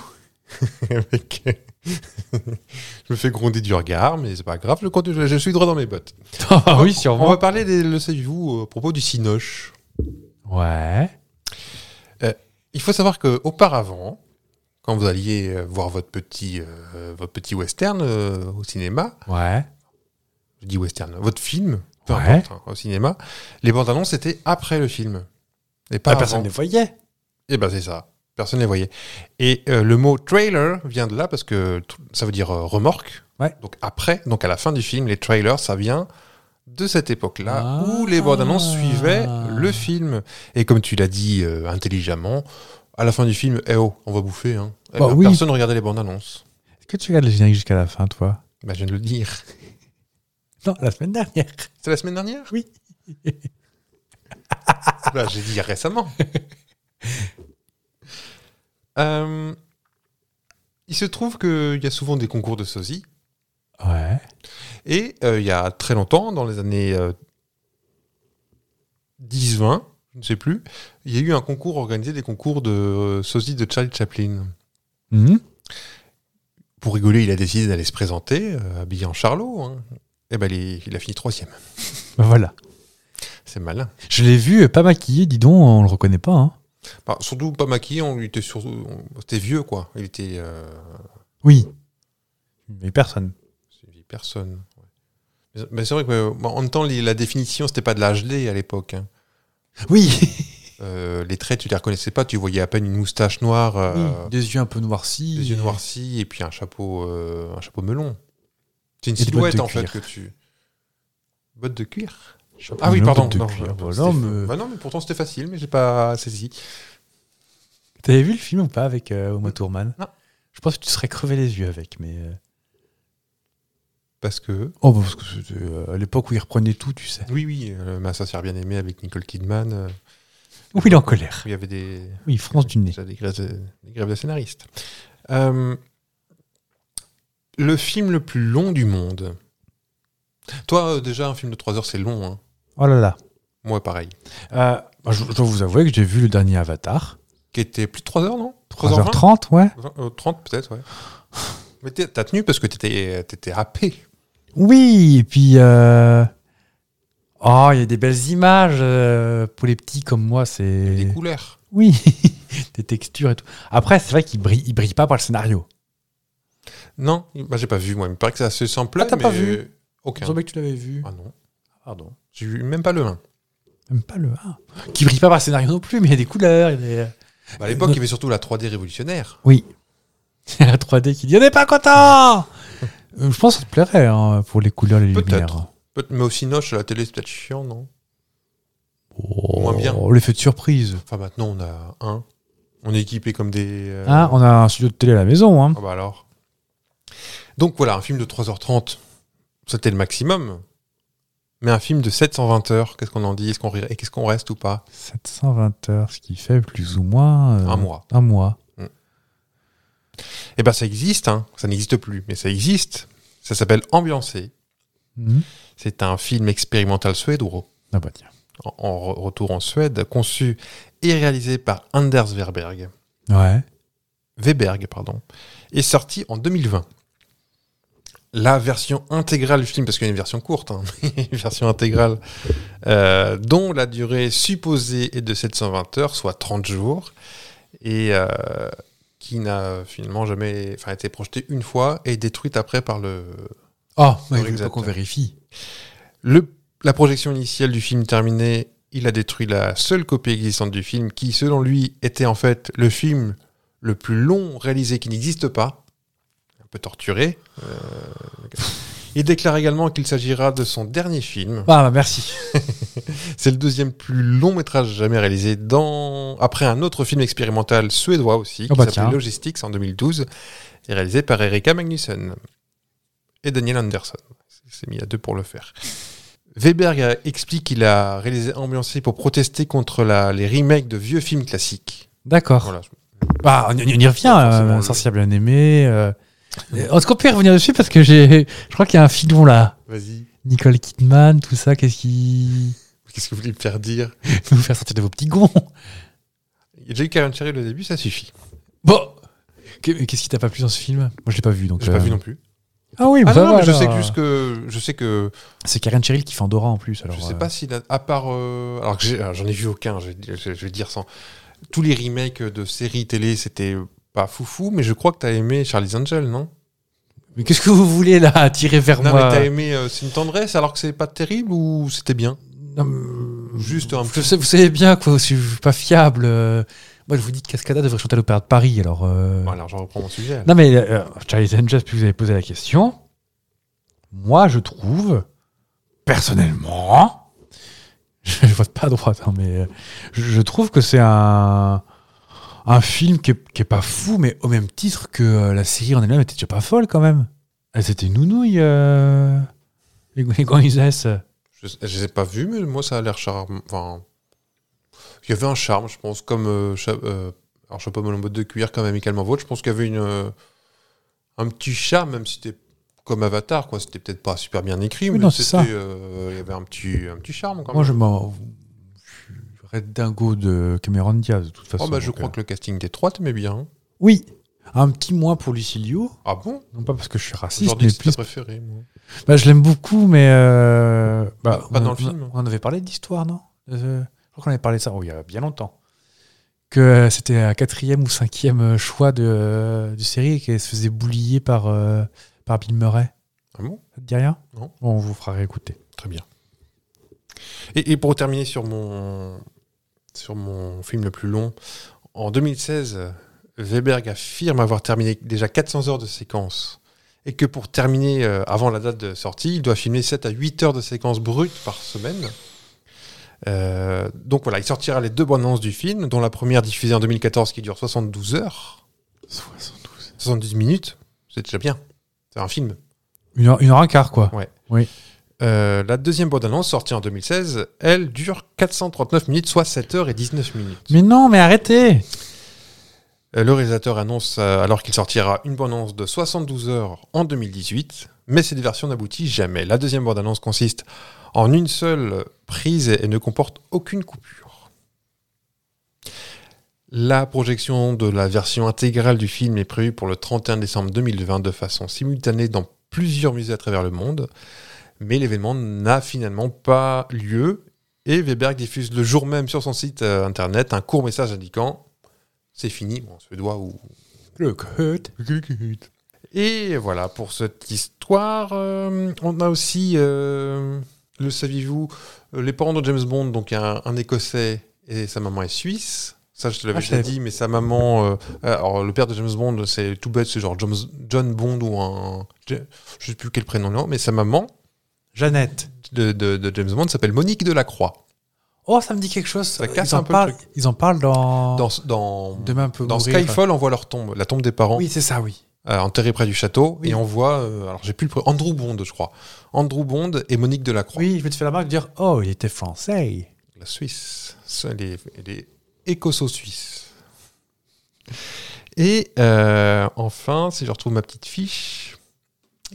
[SPEAKER 2] Avec- Je me fais gronder du regard, mais c'est pas grave, je, continue, je suis droit dans mes bottes.
[SPEAKER 1] Ah oui,
[SPEAKER 2] On va
[SPEAKER 1] sûrement.
[SPEAKER 2] parler des Le saviez-vous euh, à propos du Cinoche.
[SPEAKER 1] Ouais.
[SPEAKER 2] Il faut savoir que auparavant, quand vous alliez euh, voir votre petit, euh, votre petit western euh, au cinéma,
[SPEAKER 1] Ouais.
[SPEAKER 2] je dis western, votre film, peu
[SPEAKER 1] Ouais.
[SPEAKER 2] importe, hein, au cinéma, les bandes annonces étaient après le film. Et pas
[SPEAKER 1] Ah, personne
[SPEAKER 2] avant.
[SPEAKER 1] ne les voyait.
[SPEAKER 2] Eh ben c'est ça. Personne ne les voyait. Et euh, le mot trailer vient de là parce que tr- ça veut dire euh, remorque.
[SPEAKER 1] Ouais.
[SPEAKER 2] Donc après, donc à la fin du film, les trailers, ça vient de cette époque-là
[SPEAKER 1] Ah.
[SPEAKER 2] où les bandes annonces suivaient le film. Et comme tu l'as dit euh, intelligemment, à la fin du film, eh oh, on va bouffer. Hein. Eh
[SPEAKER 1] Bah
[SPEAKER 2] ben,
[SPEAKER 1] oui.
[SPEAKER 2] Personne ne regardait les bandes annonces.
[SPEAKER 1] Est-ce que tu regardes le générique jusqu'à la fin, toi
[SPEAKER 2] Ben, je viens de le dire.
[SPEAKER 1] Non, la semaine dernière.
[SPEAKER 2] C'est la semaine dernière
[SPEAKER 1] Oui.
[SPEAKER 2] Bah, J'ai dit récemment. Euh, il se trouve qu'il y a souvent des concours de sosie.
[SPEAKER 1] Ouais.
[SPEAKER 2] Et euh, il y a très longtemps, dans les années euh, 10-20, je ne sais plus, il y a eu un concours organisé, des concours de euh, sosie de Charlie Chaplin.
[SPEAKER 1] Hmm.
[SPEAKER 2] Pour rigoler, il a décidé d'aller se présenter, euh, habillé en Charlot. hein. Eh ben, il, est- il a fini troisième.
[SPEAKER 1] Ben voilà.
[SPEAKER 2] C'est malin.
[SPEAKER 1] Je l'ai vu euh, pas maquillé, dis donc, on le reconnaît pas. hein.
[SPEAKER 2] Bah, surtout pas maquillé, on lui était surtout, on- c'était vieux quoi. Il était euh,
[SPEAKER 1] Oui. Mais personne.
[SPEAKER 2] c'est une vieille personne. ouais. Mais, mais c'est vrai que euh, en même temps, les- la définition c'était pas de l'âge gelée à l'époque. hein.
[SPEAKER 1] Oui.
[SPEAKER 2] Euh, les traits, tu les reconnaissais pas, tu voyais à peine une moustache noire, euh,
[SPEAKER 1] Des yeux un peu noircis.
[SPEAKER 2] des yeux noircis et puis un chapeau, euh, un chapeau melon. C'est une
[SPEAKER 1] Et des bottes
[SPEAKER 2] silhouette
[SPEAKER 1] de
[SPEAKER 2] en fait
[SPEAKER 1] cuir.
[SPEAKER 2] que tu. Bottes de cuir.
[SPEAKER 1] Chapeau
[SPEAKER 2] Ah oui,
[SPEAKER 1] melon,
[SPEAKER 2] pardon.
[SPEAKER 1] bottes de
[SPEAKER 2] non,
[SPEAKER 1] cuir.
[SPEAKER 2] je-
[SPEAKER 1] Bah
[SPEAKER 2] c'était-
[SPEAKER 1] non, mais-
[SPEAKER 2] Bah non, mais pourtant c'était facile, mais j'ai pas saisi.
[SPEAKER 1] T'avais vu le film ou pas avec euh, Uma Thurman
[SPEAKER 2] Non.
[SPEAKER 1] Je pense que tu serais crevé les yeux avec, mais. euh,
[SPEAKER 2] Parce que
[SPEAKER 1] Oh, bah, parce que c'était euh, à l'époque où il reprenait tout, tu sais.
[SPEAKER 2] oui, oui, euh, ma sorcière bien aimée avec Nicole Kidman. euh,
[SPEAKER 1] Où il est en colère.
[SPEAKER 2] il y avait des,
[SPEAKER 1] Oui, il fronce du nez.
[SPEAKER 2] Déjà, des grèves de, des grèves de scénaristes. Euh, le film le plus long du monde. Toi, euh, déjà, un film de 3 heures, c'est long. hein.
[SPEAKER 1] Oh là là.
[SPEAKER 2] Moi, pareil.
[SPEAKER 1] Euh, bah, je, je dois vous avouer que j'ai vu le dernier Avatar.
[SPEAKER 2] Qui était plus de 3 heures, non 3h20
[SPEAKER 1] 3h30, ouais.
[SPEAKER 2] 30 euh, peut-être, ouais. Mais t'es- t'as tenu parce que t'étais, t'étais happé.
[SPEAKER 1] Oui, et puis. euh, Oh, il y a des belles images euh, pour les petits comme moi. C'est
[SPEAKER 2] Des couleurs.
[SPEAKER 1] oui, des textures et tout. Après, c'est vrai qu'il brille, il brille pas par le scénario.
[SPEAKER 2] Non, bah, j'ai pas vu moi. Il me paraît que c'est assez simple.
[SPEAKER 1] Ah, t'as
[SPEAKER 2] mais euh,
[SPEAKER 1] pas vu
[SPEAKER 2] Aucun.
[SPEAKER 1] que tu l'avais vu.
[SPEAKER 2] Ah non.
[SPEAKER 1] Pardon.
[SPEAKER 2] J'ai eu même pas le 1.
[SPEAKER 1] Même pas le 1. Qui brille pas par le scénario non plus, mais il y a des couleurs. Il y a des-
[SPEAKER 2] à l'époque,
[SPEAKER 1] Bah, Non.
[SPEAKER 2] il y avait surtout la 3D révolutionnaire.
[SPEAKER 1] Oui. la 3D qui dit on n'est pas content. Euh, Je pense que ça te plairait hein, pour les couleurs, les
[SPEAKER 2] Peut-être.
[SPEAKER 1] lumières.
[SPEAKER 2] Peut- Mais aussi noche à la télé, c'est peut-être chiant, non
[SPEAKER 1] Oh,
[SPEAKER 2] Moins bien.
[SPEAKER 1] L'effet de surprise.
[SPEAKER 2] Enfin, maintenant, on a un. On est équipé comme des. euh,
[SPEAKER 1] Hein, on a un studio de télé à la maison. Hein.
[SPEAKER 2] Ah bah alors. Donc voilà, un film de 3h30, c'était le maximum. Mais un film de 720 heures, qu'est-ce qu'on en dit Est-ce qu'on rirait Et qu'est-ce qu'on reste ou pas
[SPEAKER 1] 720 heures, ce qui fait plus ou moins euh,
[SPEAKER 2] Un mois.
[SPEAKER 1] Un mois.
[SPEAKER 2] Eh ben ça existe, hein. ça n'existe plus, mais ça existe. Ça s'appelle Ambiancé.
[SPEAKER 1] Mhm.
[SPEAKER 2] C'est un film expérimental suédois,
[SPEAKER 1] Ah bah tiens.
[SPEAKER 2] en, en re- retour en Suède, conçu et réalisé par Anders Verberg.
[SPEAKER 1] Ouais.
[SPEAKER 2] Weberg, pardon, est sorti en 2020. La version intégrale du film, parce qu'il y a une version courte, hein, mais une version intégrale, euh, dont la durée supposée est de 720 heures, soit 30 jours, et euh, qui n'a finalement jamais enfin, été projetée une fois et détruite après par le.
[SPEAKER 1] Oh, mais il veut pas
[SPEAKER 2] Le réalisateur.
[SPEAKER 1] qu'on vérifie.
[SPEAKER 2] le la projection initiale du film terminée, il a détruit la seule copie existante du film, qui, selon lui, était en fait le film le plus long réalisé qui n'existe pas. Un peu torturé. euh, Il déclare également qu'il s'agira de son dernier film.
[SPEAKER 1] Ah bah merci.
[SPEAKER 2] C'est le deuxième plus long métrage jamais réalisé dans... après un autre film expérimental suédois aussi,
[SPEAKER 1] Oh
[SPEAKER 2] qui
[SPEAKER 1] bah
[SPEAKER 2] s'appelait
[SPEAKER 1] tiens.
[SPEAKER 2] Logistics en 2012, et réalisé par Erika Magnusson et Daniel Anderson. Il s'est mis à deux pour le faire. Weberg a- explique qu'il a réalisé Ambiancé pour protester contre la- les remakes de vieux films classiques.
[SPEAKER 1] D'accord.
[SPEAKER 2] Voilà.
[SPEAKER 1] Bah, on, y- on y revient,
[SPEAKER 2] Pas forcément
[SPEAKER 1] euh,
[SPEAKER 2] le-
[SPEAKER 1] sensible bien aimé. euh. Euh, Est-ce qu'on peut y revenir dessus Parce que j'ai, je crois qu'il y a un filon là.
[SPEAKER 2] Vas-y.
[SPEAKER 1] Nicole Kidman, tout ça, qu'est-ce qui
[SPEAKER 2] Qu'est-ce que vous voulez me faire dire
[SPEAKER 1] vous faire sortir de vos petits gonds
[SPEAKER 2] J'ai eu Karen Cherry le début, ça suffit.
[SPEAKER 1] Bon Qu'est- Qu'est-ce qui t'a pas plu dans ce film Moi, je l'ai pas vu, donc.
[SPEAKER 2] J'ai pas
[SPEAKER 1] euh,
[SPEAKER 2] vu non plus.
[SPEAKER 1] Ah oui, bah
[SPEAKER 2] Ah
[SPEAKER 1] ça
[SPEAKER 2] non,
[SPEAKER 1] va,
[SPEAKER 2] mais je
[SPEAKER 1] alors.
[SPEAKER 2] sais que juste que je sais que
[SPEAKER 1] C'est Karen Cheryl qui fait Andorra en plus. Alors,
[SPEAKER 2] je sais
[SPEAKER 1] euh,
[SPEAKER 2] pas si, la- à part. euh, alors que j'ai- alors, j'en ai, vu aucun, je, vais- je- je vais dire sans. Tous les remakes de séries télé, c'était pas foufou, mais je crois que t'as aimé Charlie's Angel, non
[SPEAKER 1] Mais qu'est-ce que vous voulez là Attirer vers
[SPEAKER 2] Non, mais
[SPEAKER 1] moi
[SPEAKER 2] t'as aimé euh, C'est une tendresse alors que c'est pas terrible ou c'était bien
[SPEAKER 1] Non, mais-
[SPEAKER 2] Juste un
[SPEAKER 1] Je
[SPEAKER 2] petit.
[SPEAKER 1] sais- vous savez bien que je suis pas fiable. euh. Moi, je vous dis que Cascada devrait chanter à l'Opéra de Paris, alors. euh,
[SPEAKER 2] Bon, alors je reprends mon sujet.
[SPEAKER 1] Non, mais euh, Charlie's Angels, puisque vous avez posé la question, moi, je trouve, personnellement, je, je vote pas à droite, hein, mais euh, je, je trouve que c'est un, un film qui est, qui est pas fou, mais au même titre que euh, la série en elle-même était déjà pas folle quand même. Elle c'était nounouille, euh, les les Gonzès.
[SPEAKER 2] Je, je les ai pas vus, mais moi ça a l'air charme. Enfin, il y avait un charme, je pense, comme euh, cha- euh, alors Chapeau Molombo de cuir, comme amicalement vôtre. Je pense qu'il y avait une euh, un petit charme, même si c'était comme Avatar, quoi. C'était peut-être pas super bien écrit,
[SPEAKER 1] Oui,
[SPEAKER 2] mais
[SPEAKER 1] non, c'est
[SPEAKER 2] c'était,
[SPEAKER 1] ça.
[SPEAKER 2] euh, il y avait un petit un petit charme quand
[SPEAKER 1] Moi,
[SPEAKER 2] même.
[SPEAKER 1] je m'en. je suis Red Dingo de Cameron Diaz, de toute façon.
[SPEAKER 2] Oh, bah, je
[SPEAKER 1] donc,
[SPEAKER 2] crois
[SPEAKER 1] euh,
[SPEAKER 2] que le casting des trois t'aimais bien. hein.
[SPEAKER 1] Oui, un petit moins pour Lucilio.
[SPEAKER 2] Ah bon
[SPEAKER 1] Non pas parce que je suis raciste,
[SPEAKER 2] Aujourd'hui,
[SPEAKER 1] mais
[SPEAKER 2] c'est ta
[SPEAKER 1] plus
[SPEAKER 2] préférée. moi.
[SPEAKER 1] Bah, je l'aime beaucoup, mais. euh, bah,
[SPEAKER 2] Pas- pas
[SPEAKER 1] on-
[SPEAKER 2] dans le
[SPEAKER 1] on-
[SPEAKER 2] film.
[SPEAKER 1] On en avait parlé d'histoire, non Euh, Je crois qu'on avait parlé de ça oh, il y a bien longtemps. Que euh, c'était un quatrième ou cinquième euh, choix de, euh, du série et qu'elle se faisait boulier par, euh, par Bill Murray.
[SPEAKER 2] Ah bon
[SPEAKER 1] Ça te dit rien
[SPEAKER 2] Non.
[SPEAKER 1] Bon, on vous fera réécouter.
[SPEAKER 2] Très bien. Et, et pour terminer sur mon, sur mon film le plus long, en 2016, Weberg affirme avoir terminé déjà 400 heures de séquences. Et que pour terminer euh, avant la date de sortie, il doit filmer 7 à 8 heures de séquences brutes par semaine. Euh, donc voilà, il sortira les deux bandes annonces du film, dont la première diffusée en 2014 qui dure 72 heures,
[SPEAKER 1] 72.
[SPEAKER 2] 72 minutes, c'est déjà bien. C'est un film.
[SPEAKER 1] Une heure, une heure un quart, quoi.
[SPEAKER 2] Euh, la deuxième bande-annonce, sortie en 2016, elle dure 439 minutes, soit 7 heures et 19 minutes.
[SPEAKER 1] Mais non, mais arrêtez
[SPEAKER 2] Euh, le réalisateur annonce euh, alors qu'il sortira une bande-annonce de 72 heures en 2018, mais cette version n'aboutit jamais. La deuxième bande-annonce consiste en une seule prise et et ne comporte aucune coupure. La projection de la version intégrale du film est prévue pour le 31 décembre 2020 de façon simultanée dans plusieurs musées à travers le monde. mais l'événement n'a finalement pas lieu. Et Weberg diffuse le jour même sur son site euh, internet un court message indiquant c'est fini, bon, ce doigt ou. Le cut. Et voilà pour cette histoire. euh, on a aussi, euh, le saviez-vous, euh, les parents de James Bond, donc un, un Écossais et sa maman est suisse. Ça, je te l'avais
[SPEAKER 1] Ah, je
[SPEAKER 2] déjà
[SPEAKER 1] savais
[SPEAKER 2] dit, mais sa maman. euh, alors, le père de James Bond, c'est tout bête, c'est genre James- John Bond ou un. Je je sais plus quel prénom, non, mais sa maman
[SPEAKER 1] Jeannette.
[SPEAKER 2] de, de- de James Bond s'appelle Monique Delacroix.
[SPEAKER 1] Oh, ça me dit quelque chose.
[SPEAKER 2] Ça casse
[SPEAKER 1] ils en
[SPEAKER 2] un peu le
[SPEAKER 1] parlent, ils en parlent dans.
[SPEAKER 2] Dans, dans,
[SPEAKER 1] Demain peut
[SPEAKER 2] dans
[SPEAKER 1] mourir.
[SPEAKER 2] Skyfall, on voit leur tombe, la tombe des parents.
[SPEAKER 1] Oui, c'est ça, oui.
[SPEAKER 2] euh, enterré près du château
[SPEAKER 1] Oui.
[SPEAKER 2] et on voit euh, alors j'ai plus le pre- Andrew Bond je crois Andrew Bond et Monique Delacroix
[SPEAKER 1] Oui, je vais te faire la marque de dire Oh, il était français.
[SPEAKER 2] la Suisse ça, les, les écosso-suisses et euh, enfin si je retrouve ma petite fiche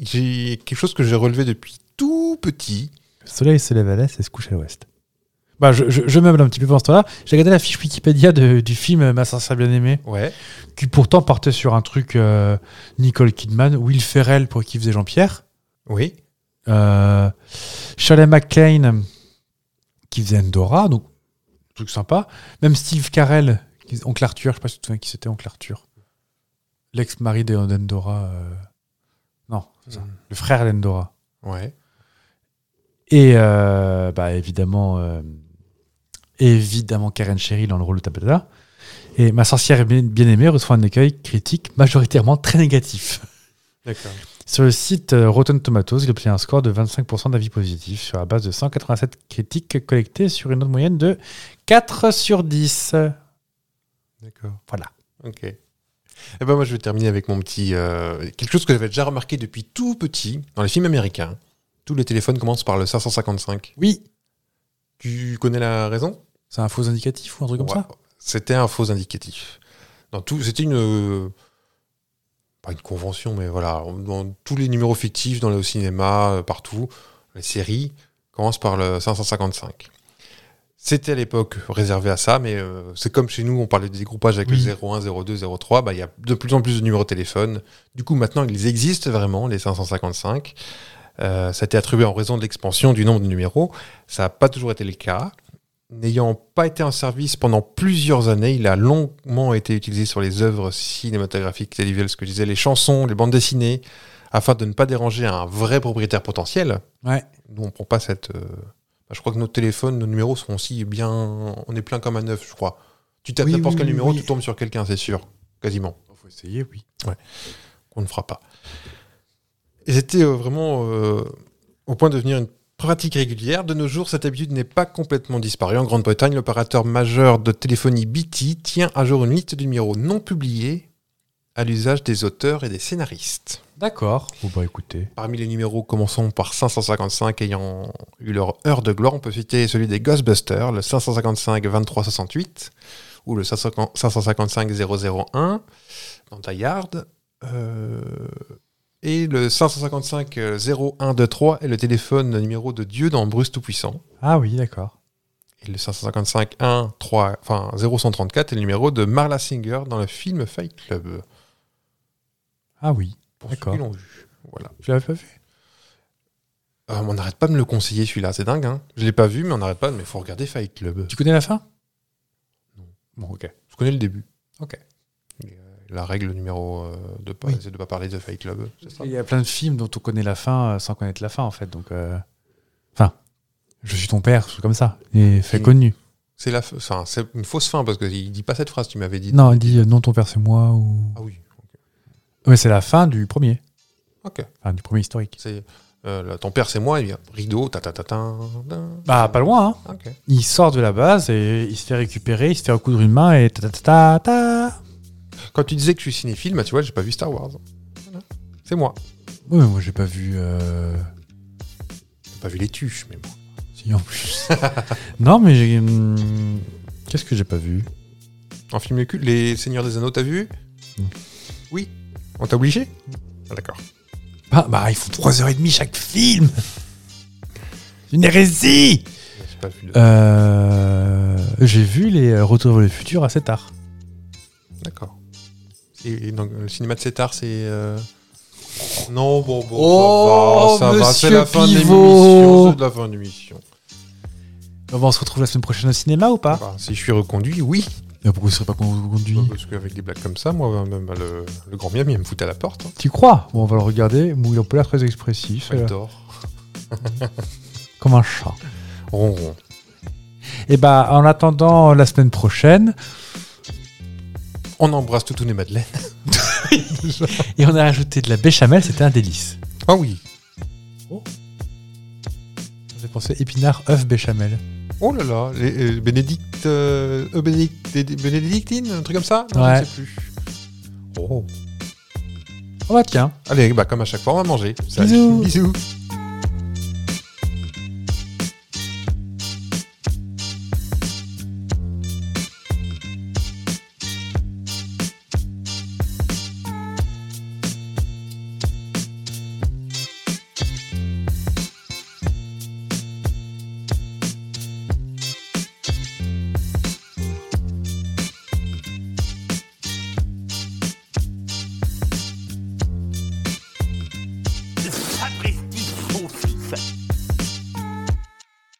[SPEAKER 2] j'ai quelque chose que j'ai relevé depuis tout petit
[SPEAKER 1] Le soleil se lève à l'est et se couche à l'ouest. Bah, je, je, je meuble un petit peu pendant ce temps-là. J'ai regardé la fiche Wikipédia de- du film euh, Ma sincère bien-aimée,
[SPEAKER 2] ouais
[SPEAKER 1] qui pourtant partait sur un truc euh, Nicole Kidman, Will Ferrell pour qui faisait Jean-Pierre,
[SPEAKER 2] oui
[SPEAKER 1] euh, Shirley MacLaine qui faisait Endora, donc truc sympa. Même Steve Carell, qui, oncle Arthur, je sais pas si tu te souviens qui c'était oncle Arthur. L'ex-mari d'E- d'Endora. euh, Non, c'est ça.
[SPEAKER 2] Mm.
[SPEAKER 1] le frère d'Endora.
[SPEAKER 2] ouais
[SPEAKER 1] Et euh, bah, évidemment, euh, évidemment Karen Sherry dans le rôle de Tabata. Et ma sorcière bien- bien-aimée reçoit un accueil critique majoritairement très négatif.
[SPEAKER 2] d'accord
[SPEAKER 1] Sur le site euh, Rotten Tomatoes, il obtient un score de 25% d'avis positifs sur la base de 187 critiques collectées sur une note moyenne de 4 sur 10.
[SPEAKER 2] d'accord
[SPEAKER 1] Voilà.
[SPEAKER 2] ok et ben moi je vais terminer avec mon petit euh, quelque chose que j'avais déjà remarqué depuis tout petit dans les films américains tous les téléphones commencent par le 555
[SPEAKER 1] Oui,
[SPEAKER 2] Tu connais la raison
[SPEAKER 1] c'est un faux indicatif ou un truc comme
[SPEAKER 2] Ouais.
[SPEAKER 1] ça
[SPEAKER 2] C'était un faux indicatif. Dans tout, c'était une euh, pas une convention, mais voilà, dans tous les numéros fictifs, dans le cinéma, euh, partout, les séries commencent par le 555. C'était à l'époque réservé à ça, mais euh, c'est comme chez nous, on parlait des dégroupages avec
[SPEAKER 1] Oui.
[SPEAKER 2] le 01, 02, 03, bah, il y a de plus en plus de numéros de téléphone. Du coup, maintenant, ils existent vraiment, les 555. Euh, ça a été attribué en raison de l'expansion du nombre de numéros. Ça n'a pas toujours été le cas. N'ayant pas été en service pendant plusieurs années, il a longuement été utilisé sur les œuvres cinématographiques télévisuelles, ce que je disais, les chansons, les bandes dessinées, afin de ne pas déranger un vrai propriétaire potentiel.
[SPEAKER 1] Ouais.
[SPEAKER 2] Nous, on prend pas cette. euh, bah, je crois que nos téléphones, nos numéros sont aussi bien. On est plein comme un neuf, je crois. Tu tapes
[SPEAKER 1] Oui,
[SPEAKER 2] n'importe
[SPEAKER 1] oui,
[SPEAKER 2] quel
[SPEAKER 1] oui,
[SPEAKER 2] numéro,
[SPEAKER 1] oui.
[SPEAKER 2] tu tombes sur quelqu'un, c'est sûr. Quasiment.
[SPEAKER 1] Faut essayer, oui.
[SPEAKER 2] On ne fera pas. Et c'était euh, vraiment euh, au point de devenir une pratique régulière. De nos jours, cette habitude n'est pas complètement disparue. En Grande-Bretagne, l'opérateur majeur de téléphonie BT tient à jour une liste de numéros non publiés à l'usage des auteurs et des scénaristes.
[SPEAKER 1] D'accord. Bon, bah écoutez.
[SPEAKER 2] Parmi les numéros, commençons par 555 ayant eu leur heure de gloire. On peut citer celui des Ghostbusters, le 555 2368 ou le 550 555 001 dans Die Hard. Euh, et le 555 0123 est le téléphone numéro de Dieu dans Bruce Tout-Puissant.
[SPEAKER 1] Ah oui, d'accord.
[SPEAKER 2] Et le 555 1, 3, enfin 0134 est le numéro de Marla Singer dans le film Fight Club.
[SPEAKER 1] Ah oui.
[SPEAKER 2] Pour ceux
[SPEAKER 1] D'accord.
[SPEAKER 2] qui l'ont vu. Voilà.
[SPEAKER 1] Tu l'avais pas vu
[SPEAKER 2] Euh, on n'arrête pas de me le conseiller celui-là, c'est dingue. Hein je l'ai pas vu, mais on n'arrête pas de. Mais faut regarder Fight Club.
[SPEAKER 1] Tu connais la fin
[SPEAKER 2] Non.
[SPEAKER 1] Bon, ok.
[SPEAKER 2] Je connais le début.
[SPEAKER 1] Ok.
[SPEAKER 2] Et, euh, La règle numéro euh, de pas,
[SPEAKER 1] Oui.
[SPEAKER 2] c'est de pas parler de Fight Club. c'est ça
[SPEAKER 1] Il y a plein de films dont on connaît la fin euh, sans connaître la fin, en fait. Donc, euh, enfin, je suis ton père, c'est comme ça. Et fait
[SPEAKER 2] Oui.
[SPEAKER 1] connu.
[SPEAKER 2] C'est la, f- enfin, c'est une fausse fin parce que il dit pas cette phrase. Tu m'avais dit.
[SPEAKER 1] Non, il dit euh, non, ton père c'est moi ou.
[SPEAKER 2] Ah oui. ok.
[SPEAKER 1] Ouais, c'est la fin du premier,
[SPEAKER 2] Ok.
[SPEAKER 1] enfin du premier historique.
[SPEAKER 2] C'est euh, là, ton père, c'est moi. Il vient rideau. Ta ta ta ta. ta.
[SPEAKER 1] Bah, pas loin. Hein.
[SPEAKER 2] Ok.
[SPEAKER 1] Il sort de la base et il se fait récupérer, il se fait recoudre une main et ta ta ta ta. ta.
[SPEAKER 2] Quand tu disais que je suis cinéphile, bah, tu vois, j'ai pas vu Star Wars. Voilà. C'est moi.
[SPEAKER 1] Ouais, mais moi j'ai pas vu. euh,
[SPEAKER 2] J'ai pas vu les tuches, mais bon.
[SPEAKER 1] Si en plus. non, mais j'ai. hum, Qu'est-ce que j'ai pas vu
[SPEAKER 2] En film le cul, les Seigneurs des Anneaux, t'as vu
[SPEAKER 1] Mm.
[SPEAKER 2] Oui. On t'a obligé Ah, D'accord.
[SPEAKER 1] Ah, bah, ils font 3h30 chaque film C'est Une hérésie
[SPEAKER 2] J'ai pas vu. le-
[SPEAKER 1] Euh, j'ai vu les euh, Retour vers le futur assez tard.
[SPEAKER 2] D'accord. Et, et donc, le cinéma de Cétar, c'est. euh, Non, bon, bon,
[SPEAKER 1] Oh,
[SPEAKER 2] ça va, ça va, c'est la
[SPEAKER 1] monsieur
[SPEAKER 2] fin de
[SPEAKER 1] Pivot.
[SPEAKER 2] l'émission, c'est de la fin de l'émission.
[SPEAKER 1] Bon, bah, on se retrouve la semaine prochaine au cinéma ou pas
[SPEAKER 2] Bah, si je suis reconduit, oui.
[SPEAKER 1] Mais Pourquoi ne serait pas conduit
[SPEAKER 2] Bah, Parce qu'avec des blagues comme ça, moi, même le, le grand miam, il me fout à la porte. hein.
[SPEAKER 1] Tu crois Bon, on va le regarder. Mou, Il a pas l'air très expressif.
[SPEAKER 2] Il
[SPEAKER 1] euh,
[SPEAKER 2] dort.
[SPEAKER 1] comme un chat.
[SPEAKER 2] Ronron.
[SPEAKER 1] Et bah, en attendant la semaine prochaine,
[SPEAKER 2] On embrasse tout et Madeleine.
[SPEAKER 1] et on a rajouté de la béchamel, c'était un délice.
[SPEAKER 2] Ah oui.
[SPEAKER 1] J'ai pensé épinard, œuf, béchamel.
[SPEAKER 2] Oh là là, les, euh, Bénédicte, euh, euh, Bénédicte- des- des- Bénédictine, un truc comme ça Non,
[SPEAKER 1] Ouais.
[SPEAKER 2] Je ne sais plus. Oh.
[SPEAKER 1] Oh bah tiens. Oh
[SPEAKER 2] Allez, bah, comme à chaque fois, on va manger.
[SPEAKER 1] Bisous.
[SPEAKER 2] Bisous.